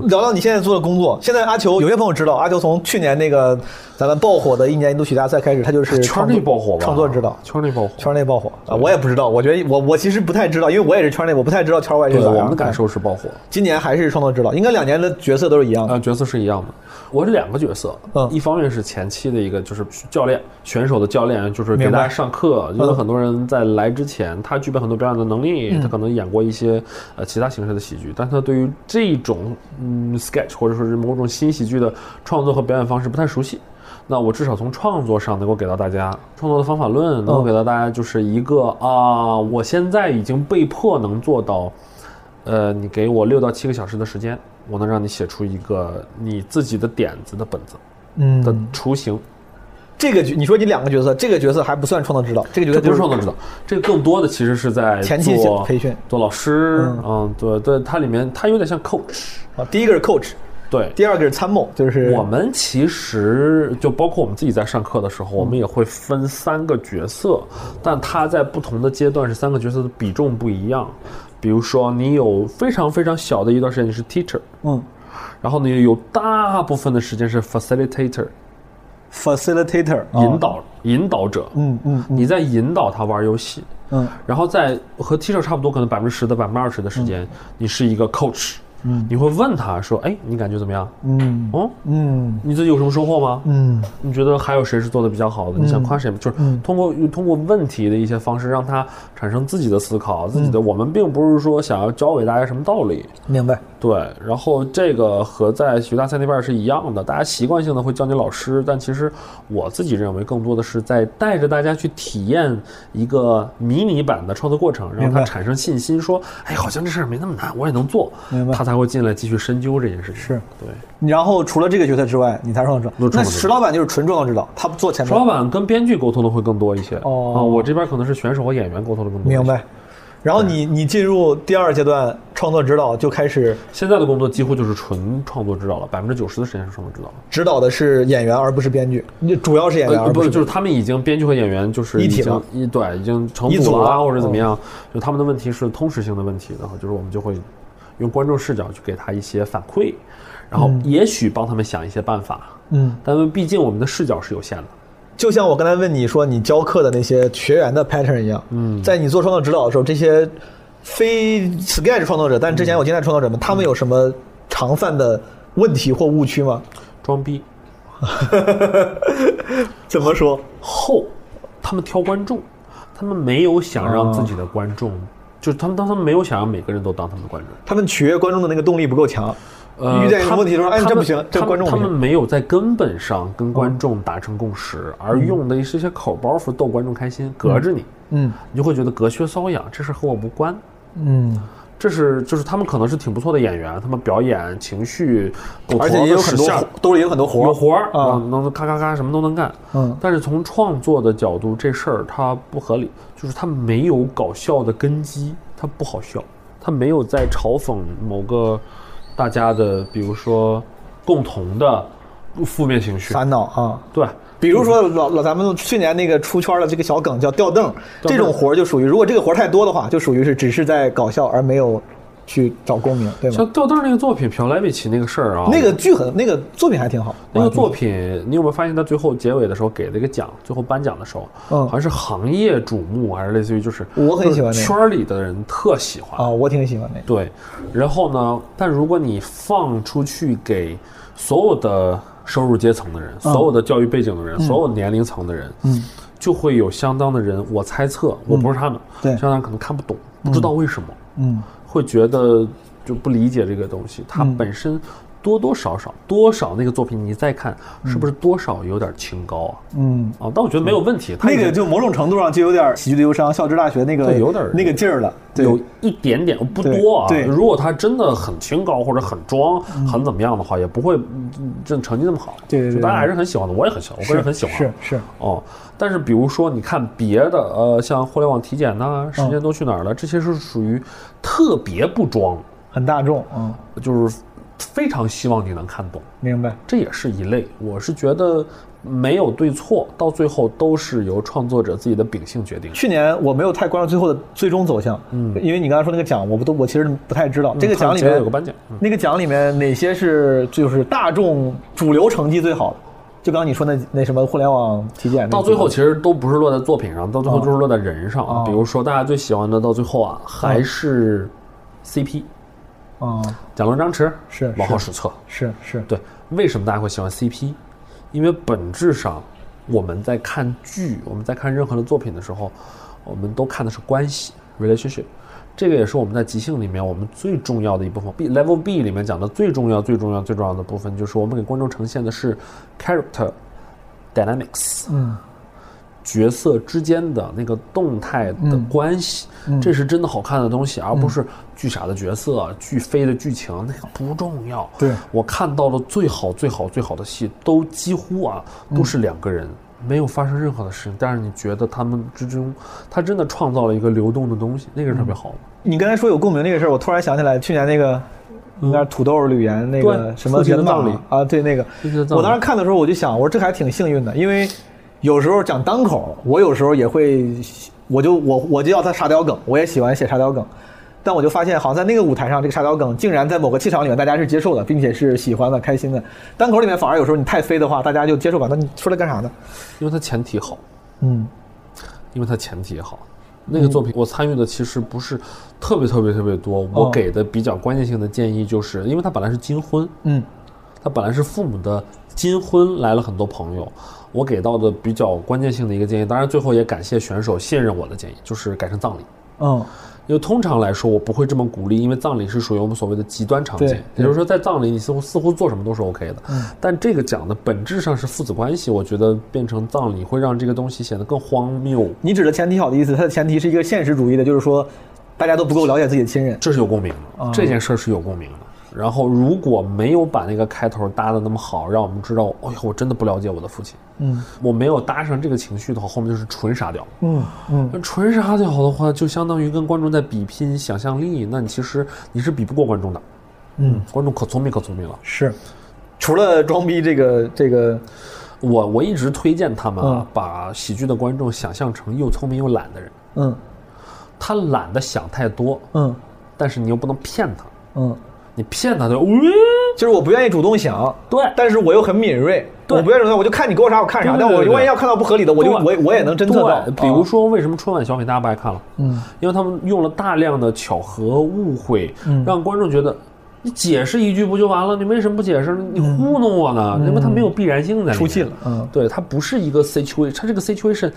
聊聊你现在做的工作。现在阿球，有些朋友知道，阿球从去年那个咱们爆火的一年一度曲大赛开始，他就是啊圈创内作爆火吧？创作指导。圈内爆火。圈内爆火啊！我也不知道，我觉得我我其实不太知道，因为我也是圈内，我不太知道圈外是对，咋样。我们的感受是爆火。今年还是创作指导，应该两年的角色都是一样的。啊，角色是一样的。我是两个角色，嗯一方面是前期的一个，就是教练选手的教练，就是给明白大家上课。因为嗯很多人在来之前，他具备很多表演的能力，他可能演过一些呃其他形式的喜剧，但他对于这种嗯 sketch 或者说是某种新喜剧的创作和表演方式不太熟悉。那我至少从创作上能够给到大家创作的方法论，能够给到大家就是一个啊，我现在已经被迫能做到，呃，你给我六到七个小时的时间，我能让你写出一个你自己的点子的本子嗯的雏形。这个角，你说你两个角色，这个角色还不算创作指导，这个角这色不就是创作指导，这更多的其实是在前期做培训做老师，嗯嗯，对对，它里面它有点像 coach，啊。第一个是 coach，对，第二个是参谋，就是我们其实就包括我们自己在上课的时候，嗯我们也会分三个角色，但它在不同的阶段是三个角色的比重不一样。比如说，你有非常非常小的一段时间你是 teacher，嗯然后你有大部分的时间是 facilitator， facilitator 引导，导引导者，哦嗯嗯嗯你在引导他玩游戏，嗯，然后在和 teacher 差不多，可能百分之十到百分之二十的时嗯间，你是一个 coach，嗯，你会问他说，哎，你感觉怎么样？嗯哦，嗯你自己有什么收获吗？嗯嗯你觉得还有谁是做的比较好的？你想夸谁？就是通过通过问题的一些方式，让他产生自己的思考，自己嗯的。我们并不是说想要教给大家什么道理，明白。对。然后这个和在徐大赛那边是一样的，大家习惯性的会叫你老师，但其实我自己认为更多的是在带着大家去体验一个迷你版的创作过程，让明白他产生信心，说，哎，好像这事儿没那么难，我也能做明，白他才会进来继续深究这件事情。是对。然后除了这个角色之外，你才是创作指都导是。那创作指导石老板就是纯创作指导，他不做前石老面，板跟编剧沟通的会更多一些。哦啊，我这边可能是选手和演员沟通的更多。明。白。然后你你进入第二阶段创作指导就开始现在的工作几乎就是纯创作指导了，百分之九十的时间是创作指导了。指导的是演员而不是编剧，你主要是演员而呃，不是是，就是编剧他们已经编剧和演员就是一已体经了一对已经成一组组了嗯啊，或者怎么样，就他们的问题是通识性的问题，然后就是我们就会用观众视角去给他一些反馈，然后也许帮他们想一些办法，嗯，但毕竟我们的视角是有限的，就像我刚才问你说你教课的那些学员的 pattern 一样，嗯，在你做创作指导的时候，这些非 sketch 创作者，但之前有经验的创作者们，他们有什么常犯的问题或误区吗？装逼怎么说？后，他们挑观众，他们没有想让自哦己的观众，就是他们当他们没有想让每个人都当他们的观众。他们取悦观众的那个动力不够强，呃遇见什么问题的时候，哎，他们这不行，这他们观众不他们行。没有在根本上跟观众达成共识，而用的是一些口包袱逗观众开心，隔着你，嗯你就会觉得隔靴搔痒，这事和我无关。嗯，这是就是他们可能是挺不错的演员，他们表演情绪，狗而且头也有的很使多线活兜里有很多活有儿活儿啊嗯能咔咔咔什么都能干。嗯但是从创作的角度，这事儿它不合理，就是它没有搞笑的根基，它不好笑，它没有在嘲讽某个大家的，比如说共同的负面情绪。烦恼啊。对，比如说老老咱们去年那个出圈的这个小梗叫吊凳，这种活儿就属于，如果这个活儿太多的话，就属于是只是在搞笑而没有去找共鸣，对吗像？吊凳那个作品，朴莱维奇那个事儿啊，那个剧很，那个作品还挺好，那个作品，你有没有发现他最后结尾的时候给了一个奖，最后颁奖的时候，嗯好像是行业瞩目，还是类似于就是我很喜欢就那个是圈儿里的人特喜欢啊，我挺喜欢那个。对，然后呢？但如果你放出去给所有的收入阶层的人、嗯所有的教育背景的人、所有年龄层的人，嗯，就会有相当的人，我猜测，我不是他们，嗯对相当可能看不懂，不知道为什么，嗯，会觉得就不理解这个东西，它本身。多多少少，多少那个作品，你再看是不是多少有点清高啊？嗯，啊，但我觉得没有问题。它已那个经就某种程度上就有点喜剧的忧伤，笑之大学那个对有点儿那个劲儿了，对有一点点不多啊。对对如果他真的很清高或者很装、很怎么样的话，也不会嗯这成绩那么好。对对对就大家还是很喜欢的，我也很喜欢，我个人很喜欢。是是，哦，但是比如说你看别的，呃，像互联网体检呐、时间都去哪儿了，这些是属于特别不装，很大众，嗯，就是非常希望你能看懂。明白。这也是一类。我是觉得没有对错，到最后都是由创作者自己的秉性决定的。去年我没有太关注最后的最终走向，嗯，因为你刚才说那个奖，我不都我其实不太知道、这个奖里它面有个颁奖嗯那个奖里面哪些是就是大众主流成绩最好的？就刚刚你说那那什么互联网体检那几个，到最后其实都不是落在作品上，到最后就是落在人上。哦比如说大家最喜欢的，到最后啊还是 CP，啊、蒋龙张弛是王浩是史册。是是对，为什么大家会喜欢 CP？因为本质上我们在看剧，我们在看任何的作品的时候，我们都看的是关系 relationship。这个也是我们在即兴里面我们最重要的一部分。B level B 里面讲的最重要、最重要、最重要的部分，就是我们给观众呈现的是 character dynamics。嗯，角色之间的那个动态的关系，嗯这是真的好看的东西，而不是巨傻的角色、巨飞的剧情，那个不重要。对我看到的最好、最好、最好的戏，都几乎啊嗯都是两个人，没有发生任何的事情，但是你觉得他们之中，他真的创造了一个流动的东西，那个是嗯特别好的。你刚才说有共鸣那个事儿，我突然想起来去年那个。应该是土豆、吕岩那个嗯对什么父亲的人马葬礼啊，对那个父亲的，葬礼我当时看的时候我就想，我说这还挺幸运的，因为有时候讲单口，我有时候也会，我就我我就要他沙雕梗，我也喜欢写沙雕梗，但我就发现好像在那个舞台上，这个沙雕梗竟然在某个气场里面大家是接受的，并且是喜欢的、开心的。单口里面反而有时候你太飞的话，大家就接受不了，那你说来干啥呢？因为它前提好，嗯，因为它前提好。那个作品我参与的其实不是特别特别特别哦多，我给的比较关键性的建议就是，因为它本来是金婚，嗯，他本来是父母的金婚，来了很多朋友。我给到的比较关键性的一个建议，当然最后也感谢选手信任我的建议，就是改成葬礼。嗯，因为通常来说，我不会这么鼓励，因为葬礼是属于我们所谓的极端场景对，嗯也就是说，在葬礼你似乎似乎做什么都是 OK 的。但这个讲的本质上是父子关系，我觉得变成葬礼会让这个东西显得更荒谬。你指的前提好的意思，它的前提是一个现实主义的，就是说大家都不够了解自己的亲人。哦这是有共鸣的，这件事儿是有共鸣的。然后如果没有把那个开头搭的那么好，让我们知道，哎呦，我真的不了解我的父亲，嗯，我没有搭上这个情绪的话，后面就是纯傻屌。嗯嗯，那纯傻屌的话，就相当于跟观众在比拼想象力，那你其实你是比不过观众的。嗯，观众可聪明可聪明了。是。除了装逼这个这个，我我一直推荐他们啊嗯，把喜剧的观众想象成又聪明又懒的人，嗯他懒得想太多，嗯但是你又不能骗他，嗯，你骗他就，呃喂就是我不愿意主动想，对但是我又很敏锐，对我不愿意主动想，我就看你给我啥我看啥，对对但我对对永远要看到不合理的，我就我对也我也能侦测到。哦啊对，啊比如说为什么春晚小品大家不爱看了？嗯，因为他们用了大量的巧合、误会，嗯让观众觉得你解释一句不就完了？你为什么不解释？你糊弄我呢？因为它没有必然性在里面嗯出戏了嗯对，它不是一个 situation，它这个 situation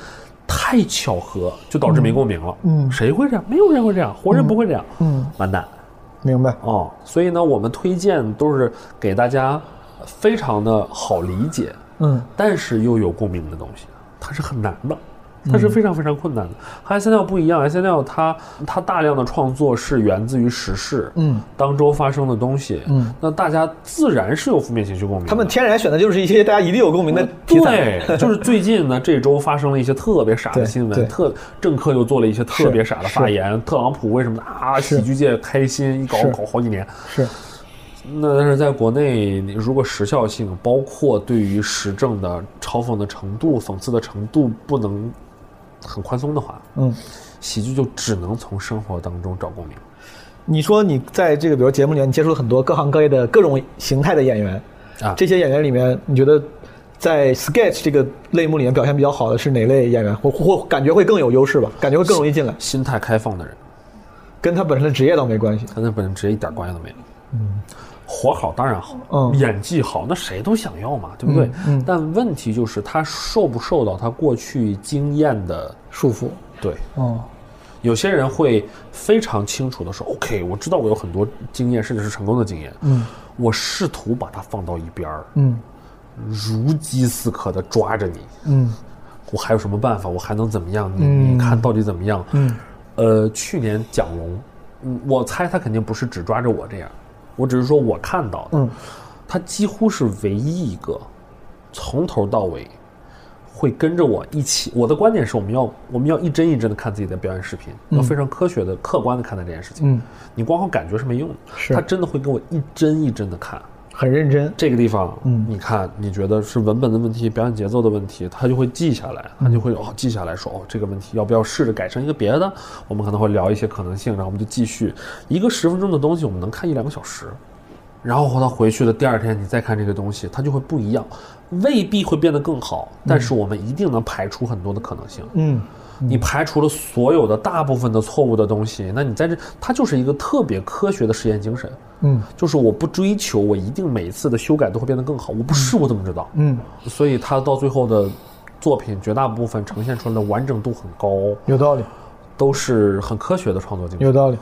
太巧合，就导致没共鸣了。嗯嗯谁会这样？没有人会这样，活人不会这样。嗯嗯完蛋。明白。哦，所以呢，我们推荐都是给大家非常的好理解，嗯但是又有共鸣的东西，它是很难的，嗯它是非常非常困难的。和 S N L 不一样，S N L 它它大量的创作是源自于时事，嗯，当周发生的东西，嗯，那大家自然是有负面情绪共鸣的。他们天然选的就是一些大家一定有共鸣的题材。对，就是最近 呢，这周发生了一些特别傻对的新对闻，特政客又做了一些特别傻的发是言，特朗普为什么啊？是喜剧界开心一搞是搞好几年，是，那但是在国内，你如果时效性，包括对于时政的嘲讽的程度、讽刺的程度不能很宽松的话，嗯，喜剧就只能从生活当中找共鸣。你说你在这个比如节目里面，你接触了很多各行各业的各种形态的演员，啊这些演员里面，你觉得在 sketch 这个类目里面表现比较好的是哪类演员？或或或感觉会更有优势吧？感觉会更容易进来，心态开放的人，跟他本身的职业倒没关系。他跟本身职业一点关系都没有。嗯，活好当然好，嗯演技好那谁都想要嘛，对不对？嗯嗯但问题就是他受不受到他过去经验的束缚，对哦，有些人会非常清楚的说，OK，我知道我有很多经验，甚至是成功的经验，嗯，我试图把它放到一边儿，嗯如饥似渴的抓着你，嗯我还有什么办法？我还能怎么样？你、嗯你看到底怎么样？嗯，呃，去年蒋龙，嗯，我猜他肯定不是只抓着我这样，我只是说我看到的，嗯，他几乎是唯一一个从头到尾会跟着我一起。我的观点是，我们要我们要一帧一帧的看自己的表演视频，要非常科学的、客观的看待这件事情。嗯，你光靠感觉是没用的，是他真的会跟我一帧一帧的看。很认真。这个地方，嗯你看，你觉得是文本的问题、表演节奏的问题，他就会记下来，他就会哦记下来说哦这个问题要不要试着改成一个别的？我们可能会聊一些可能性，然后我们就继续一个十分钟的东西，我们能看一两个小时，然后他回去的第二天你再看这个东西，它就会不一样，未必会变得更好，但是我们一定能排除很多的可能性。嗯，你排除了所有的大部分的错误的东西，那你在这，它就是一个特别科学的实验精神。嗯，就是我不追求我一定每一次的修改都会变得更好，我不试我怎么知道？嗯，所以他到最后的作品绝大部分呈现出来的完整度很高，有道理，都是很科学的创作精有神。道理，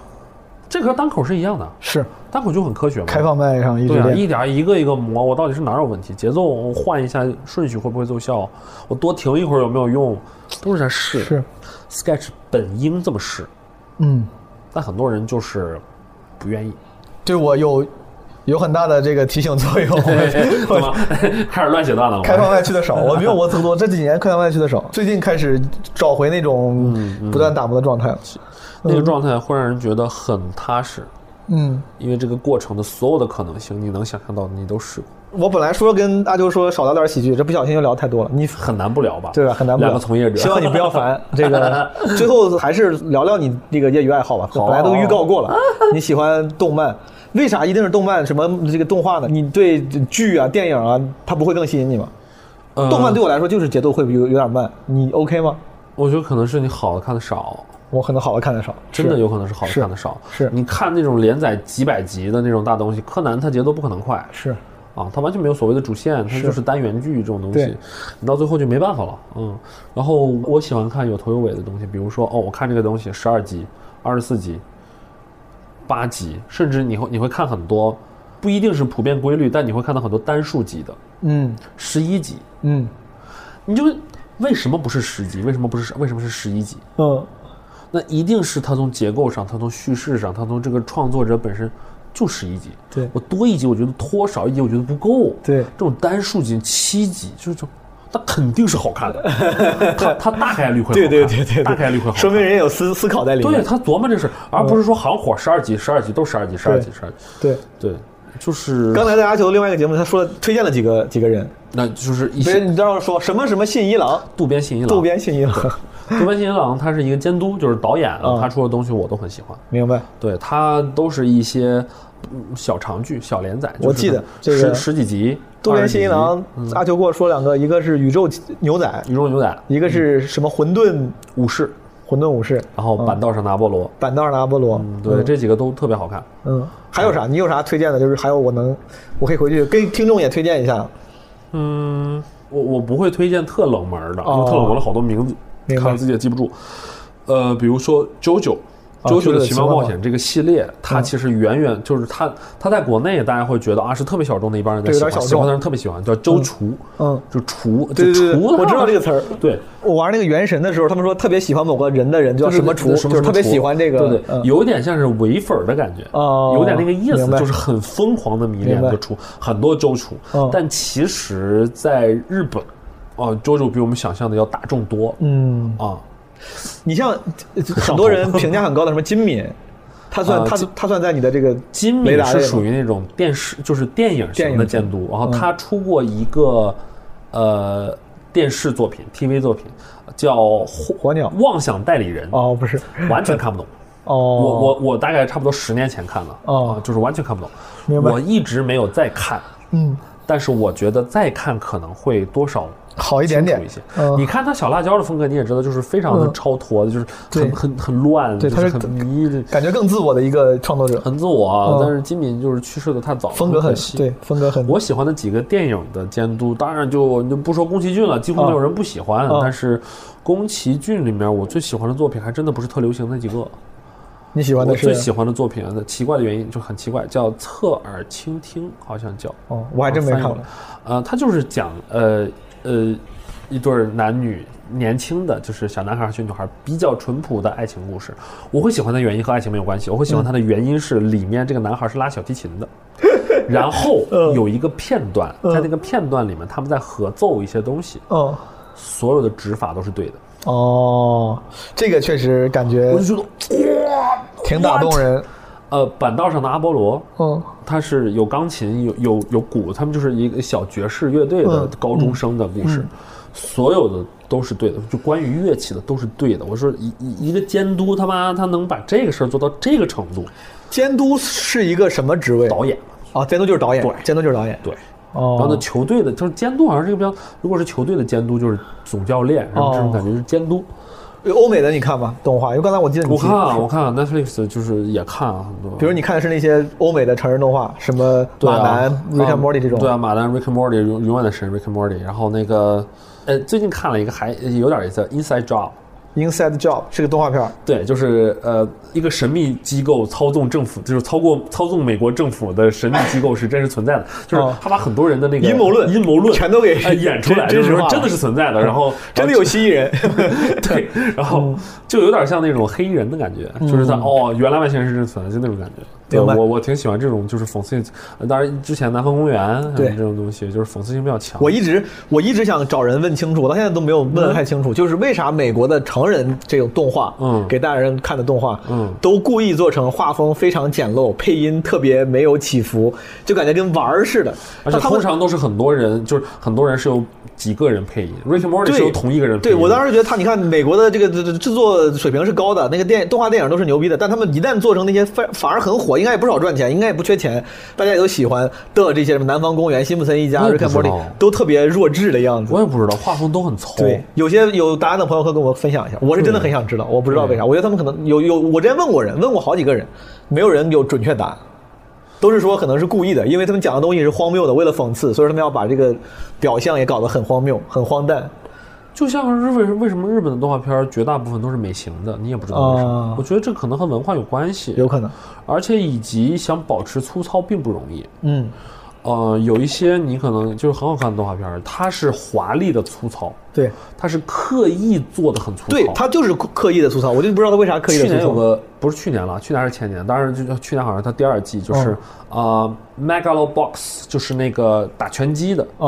这和单口是一样的，是单口就很科学嘛。开放麦上一直对啊，练。一点儿一个一个磨，我到底是哪儿有问题？节奏换一下，顺序会不会奏效？我多停一会儿有没有用？都是在试。是 Sketch 本应这么试，嗯，但很多人就是不 愿意。对我有有很大的这个提醒作 用。怎么开始乱写段了？开放麦去的 少，我没有我更多。这几年开放麦去的少，最近开始找回那种嗯不断打磨的状态了。那个状态会让人觉得很踏实，嗯，因为这个过程的所有的可能性，你能想象到的你都试过，我本来说跟阿秋说少聊点喜剧，这不小心又聊太多了。你很难不聊吧？对吧？很难不聊两个从业者，希 望你不要烦。这个最后还是聊聊你这个业余爱好吧。好啊本来都预告过了， 你喜欢动漫，为啥一定是动漫？什么这个动画呢？你对剧啊、电影啊，它不会更吸引你吗？呃动漫对我来说就是节奏会有有点慢，你 OK 吗？我觉得可能是你好的看的少，我可能好的看的少，真的是有可能是好的是看的少。是你看那种连载几百集的那种大东西，柯南它节奏不可能快，是。啊，它完全没有所谓的主线，它就是单元剧这种东西对，你到最后就没办法了，嗯。然后我喜欢看有头有尾的东西，比如说哦，我看这个东西十二集、二十四集、八集，甚至你会你会看很多，不一定是普遍规律，但你会看到很多单数集的嗯十一集，嗯你就为什么不是十集？为什么不是为什么是十一集？嗯那一定是它从结构上，它从叙事上，它从这个创作者本身，就十一集，对我多一集我觉得拖，少一集我觉得不够，对这种单数集七集就是这。它肯定是好看 的，它它大概率会好看，对对对对，大概率会好看，说明人也有思思考在里对面。他琢磨这事儿，而不是说行火十二集，十二集都十二集，十二集，十二集。对，对，就是刚才在阿球的另外一个节目，他说了推荐了几个几个人，那就是一不是啊些你这样说什么什么信一郎，渡边信一郎，渡边信一郎，渡边信一郎，他是一个监督，就是导演，嗯他出的东西我都很喜欢。 明白？对他都是一些嗯小长剧、小连载，我就是记得这个十十几集，渡边信一郎嗯20几集，阿球给我说两个，一个是宇宙牛仔，嗯宇宙牛仔、一个是什么混沌武士，混沌武啊士，然后板道上的阿波罗，板道上的阿波罗，对，这几个都特别好看。嗯，还有啥？你有啥推荐的？就是还有我能，我可以回去跟听众也推荐一下。嗯，我我不会推荐特冷门的，哦因为特冷门的好多名字，明白看了自己也记不住。呃，比如说 JoJo。啊 JoJo 的的奇奇妙妙冒嗯冒险这个系列，它其实远远就是它，它在国内大家会觉得啊是特别小众的一帮人在对有喜点欢，小喜欢众的人特别喜欢，叫周厨，嗯，就厨，对对就对，厨，我知道这个词儿。对，我玩那个原神的时候，他们说特别喜欢某个人的人叫就是什么那厨，什么就是什么特别厨喜欢这个。对对嗯，有点像是唯粉儿的感觉，哦有点那个意思明，白就是很疯狂的迷恋明白的厨，很多周厨嗯，但其实在日本，哦，周周比我们想象的要大众多，嗯，啊，你像呃很多人评价很高的什么金敏，他算啊他金他算在你的这个金雷敏达是类属吗于那种电视，就是电影电型影的型嗯监督，然后他出过一个呃电视作品 TV 作品叫《火鸟妄想代理人》，哦不是完全看不懂。哦，我我我大概差不多十年前看了，啊哦就是完全看不懂，明白我一直没有再看，嗯但是我觉得再看可能会多少好一点清楚点一些。嗯你看他小辣椒的风格，你也知道，就是非常的嗯超脱的，就是对很很很乱，对就是他是很迷的，感觉更自我的一个创作者，很自我啊嗯。但是金敏就是去世的太早了，风格很很可惜。对，风格很我喜欢的几个电影的监督，当然就就不说宫崎骏了，几乎没有人不喜欢。嗯但是宫崎骏里面我最喜欢的作品还真的不是特流行那几个。你喜欢我的是最喜欢的作品啊，奇怪的原因就很奇怪，叫侧耳倾听，好像叫。哦，我还真没看翻译过过。呃，他就是讲呃呃一对儿男女年轻的，就是小男孩儿小女孩儿比较淳朴的爱情故事。我会喜欢的原因和爱情没有关系，我会喜欢嗯他的原因是里面这个男孩儿是拉小提琴的。然后 嗯有一个片段，在那个片段里面，他们在合奏一些东西，嗯所有的指法都是对的，哦，这个确实感觉我就觉得哇，挺打动人。呃，板道上的阿波罗，嗯，它是有钢琴，有有有鼓，他们就是一个小爵士乐队的嗯高中生的故事，所有的都是对的，就关于乐器的都是对的。我说一一一个监督他妈他能把这个事儿做到这个程度，监督是一个什么职位？导演啊，监督就是导演，对监督就是导演。对。哦，然后呢，球队的就是监督，好像是一个比较，如果是球队的监督，就是总教练，然后这种哦感觉就是监督。欧美的你看吧，动画，因为刚才我记得你我提看啊，我看啊 Netflix 就是也看啊很多，比如你看的是那些欧美的成人动画，什么对马啊男、嗯 Rick and Morty 这种，对啊，马南 Rick and Morty 永永远的神 Rick and Morty。然后那个，呃，最近看了一个还有点意思，Inside Job。 Inside Job 是个动画片儿，对，就是呃，一个神秘机构操纵政府，就是操过操纵美国政府的神秘机构是真实存在的，就是哦他把很多人的那个阴谋论阴谋论全都给呃演出来，就真真是实化说了真的是存在的，然后 真的有蜥蜴人。 对，嗯然后就有点像那种黑衣人的感觉，就是他哦，原来外星人是真存在，就那种感觉。对明白我我挺喜欢这种就是讽刺性，呃当然之前南方公园什么对这种东西就是讽刺性比较强。我一直我一直想找人问清楚，我到现在都没有问得太清楚，就是为啥美国的成人这种动画，嗯给大人看的动画，嗯都故意做成画风非常简陋，配音特别没有起伏，就感觉跟玩儿似的。而且但他们通常都是很多人，就是很多人是由几个人配音，Rick and Morty 对是由同一个人配对音的。我当时觉得他，你看美国的这个这这制作水平是高的，那个电动画电影都是牛逼的，但他们一旦做成那些反反而很火，应该也不少赚钱，应该也不缺钱，大家也都喜欢的这些什么《南方公园》《辛普森一家》《我也 Rick 不 and 知道 Morty》都特别弱智的样子。我也不知道，画风都很糙。对，有些有答案的朋友可以跟我分享一下，我是嗯真的很想知道，我不知道为啥，我觉得他们可能有有，我之前问过人，问过好几个人，没有人有准确答案，都是说可能是故意的，因为他们讲的东西是荒谬的，为了讽刺，所以说他们要把这个表象也搞得很荒谬、很荒诞。就像是为为什么日本的动画片儿绝大部分都是美型的，你也不知道为什么啊。我觉得这可能和文化有关系，有可能，而且以及想保持粗糙并不容易。嗯，呃，有一些你可能就是很好看的动画片儿，它是华丽的粗糙，对它是刻意做的很粗糙。对，他就是刻刻意的粗糙，我就不知道他为啥刻意去的粗年有糙。个不是去年了，去年还是前年，当然就去年好像它第二季就是啊、呃、Megalobox，就是那个打拳击的，啊、嗯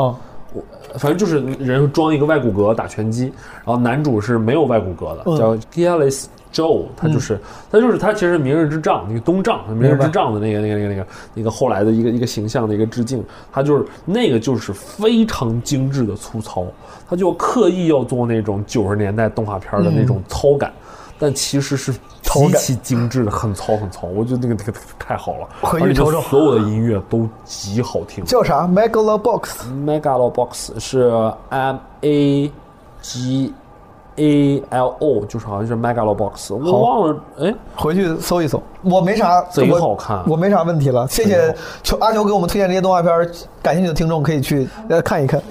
我反正就是人装一个外骨骼打拳击，然后男主是没有外骨骼的，嗯叫 Gialis Joe，他就是、嗯他就是他其实是明日之杖那个东丈，明日之杖的那个那个那个那个那个后来的一个一个形象的一个致敬，他就是那个就是非常精致的粗糙，他就刻意要做那种九十年代动画片的那嗯种糙感。但其实是极其精致的，很糙很糙，我觉得那个那个太好了，回去而且瞅瞅所有的音乐都极好听。叫啥 Megalobox Megalobox 是 M A G A L O，就是好像是 Megalobox，我忘了，哎，回去搜一搜，我没啥，贼我好看哎我没啥问题了。谢贼谢好求阿牛给我们推荐这些动画片儿，感兴趣的听众可以去呃看一看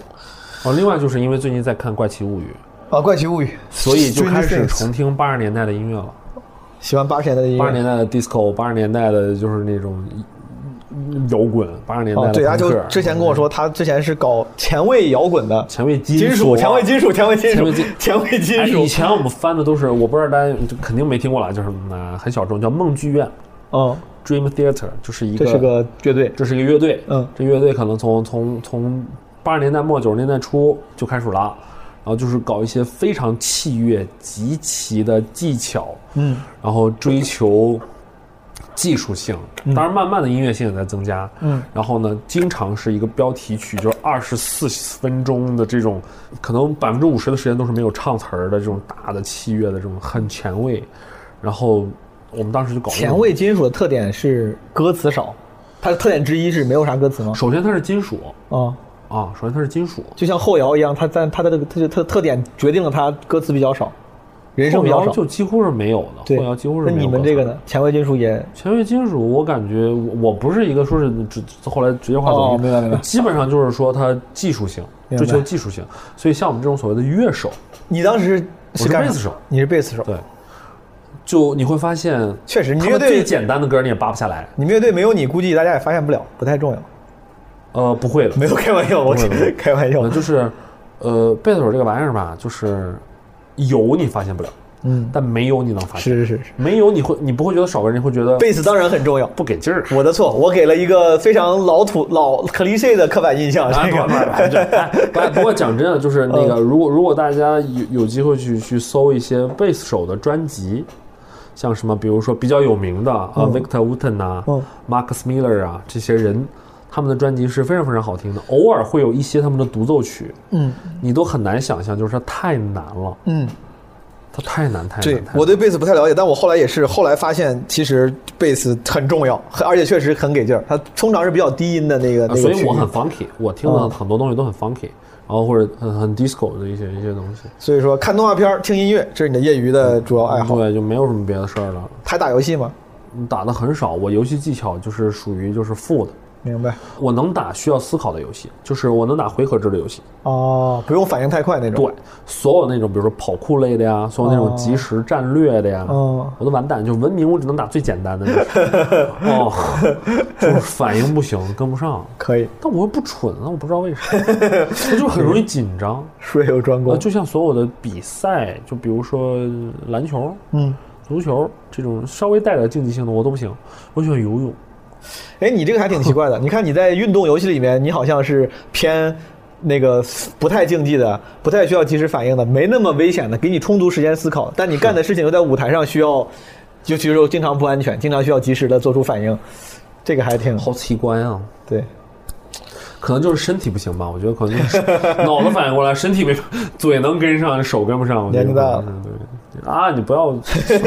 哦，另外就是因为最近在看《怪奇物语啊，《怪奇物语》，》，所以就开 Stranger 始 Things 重听八十年代的音乐了，喜欢八十年代的音乐。八十年代的 disco，八十年代的就是那种摇滚，八十年代哦的，对，阿朋牛克之前跟我说，他之前是搞前卫摇滚的，前卫金金属属，啊前卫金属，前卫金前卫属金，前卫金哎属以。前我们翻的都是，我不知道大家就肯定没听过了，就是嗯很小众，叫梦剧院哦嗯， （Dream Theater），就是一这是个乐队，这是一个乐队，嗯这乐队可能从从从八十年代末九十年代初就开始了，然后就是搞一些非常器乐极其的技巧，嗯，然后追求技术性，当然慢慢的音乐性也在增加，嗯，然后呢，经常是一个标题曲，就是二十四分钟的这种，可能百分之五十的时间都是没有唱词儿的这种大的器乐的这种很前卫，然后我们当时就搞那种前卫金属的特点是歌词少，它的特点之一是没有啥歌词吗？首先它是金属啊、啊，首先它是金属，就像后摇一样，它在它的这个它就特特点决定了它歌词比较少，人声后比较摇少。就几乎是没有的，对，后摇几乎是那没有。你们这个？呢？前卫金属也前卫金属，我感觉我我不是一个说是直后来职业化走哦明白明音，白基本上就是说它技术性，明追白求技术性。所以像我们这种所谓的乐手，你当时我是是干贝啥斯手，你是贝斯手，对，就你会发现，确实，你他乐们最队，简单的歌你也扒不下来。你乐队没有你，估计大家也发现不了，不太重要。呃，不会的，没有开玩笑，我不会不会开玩笑呃，。就是，呃，贝斯手这个玩意儿吧，就是有你发现不了，嗯，但没有你能发现， 是是是，没有你会你不会觉得少个人，你会觉得贝斯当然很重要。不给劲儿。我的错，我给了一个非常老土、老 cliche 的刻板印象。啊，这不个不 不哎不不，不过讲真的，啊就是那个，如果如果大家有有机会去去搜一些贝斯手的专辑，像什么，比如说比较有名的啊，Victor Wooten 啊，Marcus Miller 啊，这些人，他们的专辑是非常非常好听的，偶尔会有一些他们的独奏曲，嗯，你都很难想象，就是它太难了，嗯，它太难太对难，太我难。对贝斯不太了解，但我后来也是后来发现，其实贝斯很重要，很而且确实很给劲儿。它通常是比较低音的那个，啊那个所以区域我很 funky，我听的很多东西都很 funky，然后或者很很 disco 的一些一些东西，所以说看动画片儿、听音乐，这是你的业余的主要爱好。对，就没有什么别的事儿了。还打游戏吗？打的很少，我游戏技巧就是属于就是负的。明白我能打需要思考的游戏，就是我能打回合制的游戏。哦，不用反应太快那种。对，所有那种比如说跑酷类的呀，所有那种即时战略的呀，哦我都完蛋。就文明我只能打最简单的，就是哦，就是反应不行，跟不上。可以，但我又不蠢啊，我不知道为啥，我就是很容易紧张。术业有专呃，攻。就像所有的比赛，就比如说篮球、嗯，足球这种稍微带点竞技性的我都不行，我喜欢游泳。哎，你这个还挺奇怪的。你看你在运动游戏里面，你好像是偏那个不太竞技的，不太需要及时反应的，没那么危险的，给你充足时间思考。但你干的事情又在舞台上需要，尤其是经常不安全，经常需要及时的做出反应，这个还挺好奇怪啊！对。可能就是身体不行吧，我觉得可能就是 脑子反应过来，身体没，嘴能跟上，手跟不上。我觉得年纪大了可能是，对啊，你不要，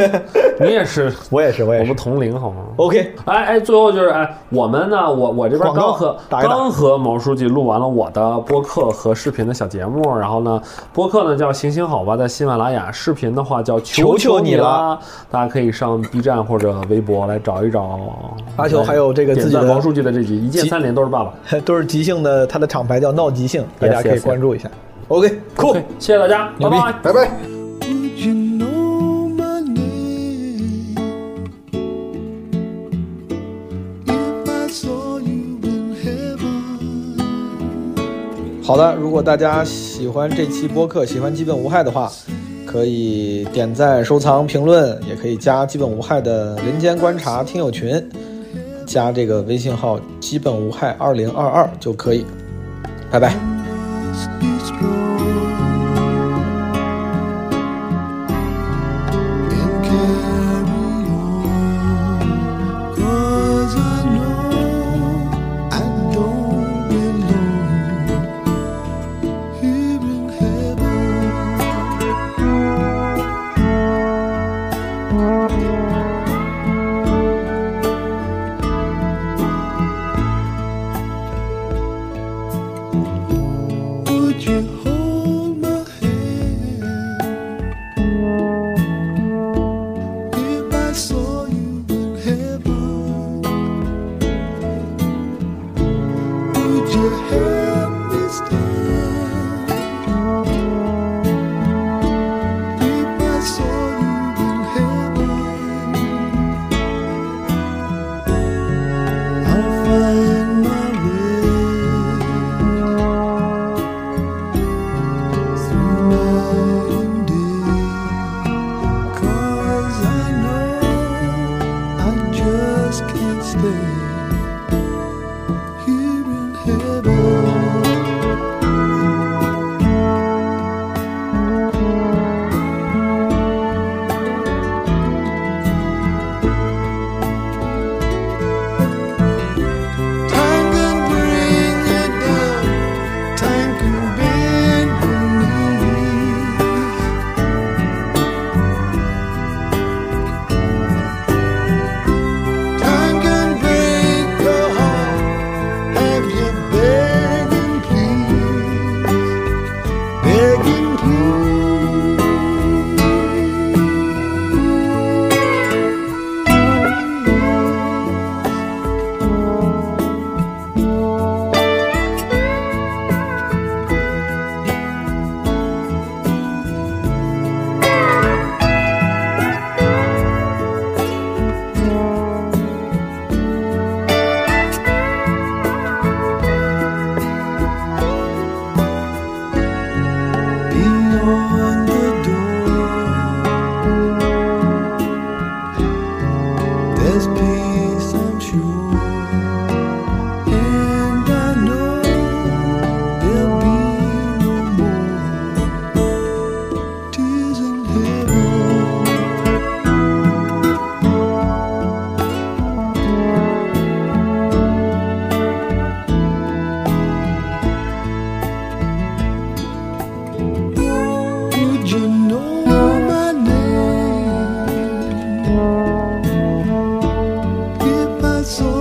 你也是，我也是，我也我们是。同龄好吗？ OK，哎哎，最后就是哎，我们呢，我我这边哦广告刚和打一打刚和毛书记录完了我的播客和视频的小节目，然后呢，播客呢叫《行行好吧》，在喜马拉雅；视频的话叫《求求求你你啦大家可以上 B 站或者微博来找一找。阿球还有这个点自己赞的毛书记的这集一键三连都是爸爸。都是即兴的，它的厂牌叫闹即兴，大 Yes, 家可以 yes, 关注一下。OK，cool，、 OK，谢谢大家，拜牛逼拜，。拜拜。 Did you know my name? If I saw you in heaven, 好的，如果大家喜欢这期播客，喜欢基本无害的话，可以点赞、收藏、评论，也可以加基本无害的人间观察听友群，加这个微信号“基本无害二零二二”就可以。拜拜。 Cause I know I don't belong here in heaven. Would you hold my hand? If I saw you in heaven, would you help me stand? If I saw you in heaven, I'll find my way through night and day. Cause I know I just can't stay here in heaven. Time can bring you down, time can bend your knees. Time can break your heart. Have you begging, please? Begging, beyond the door. There's peace, I'm sure, and I know there'll be no more tears in heaven. Would you know my name if I saw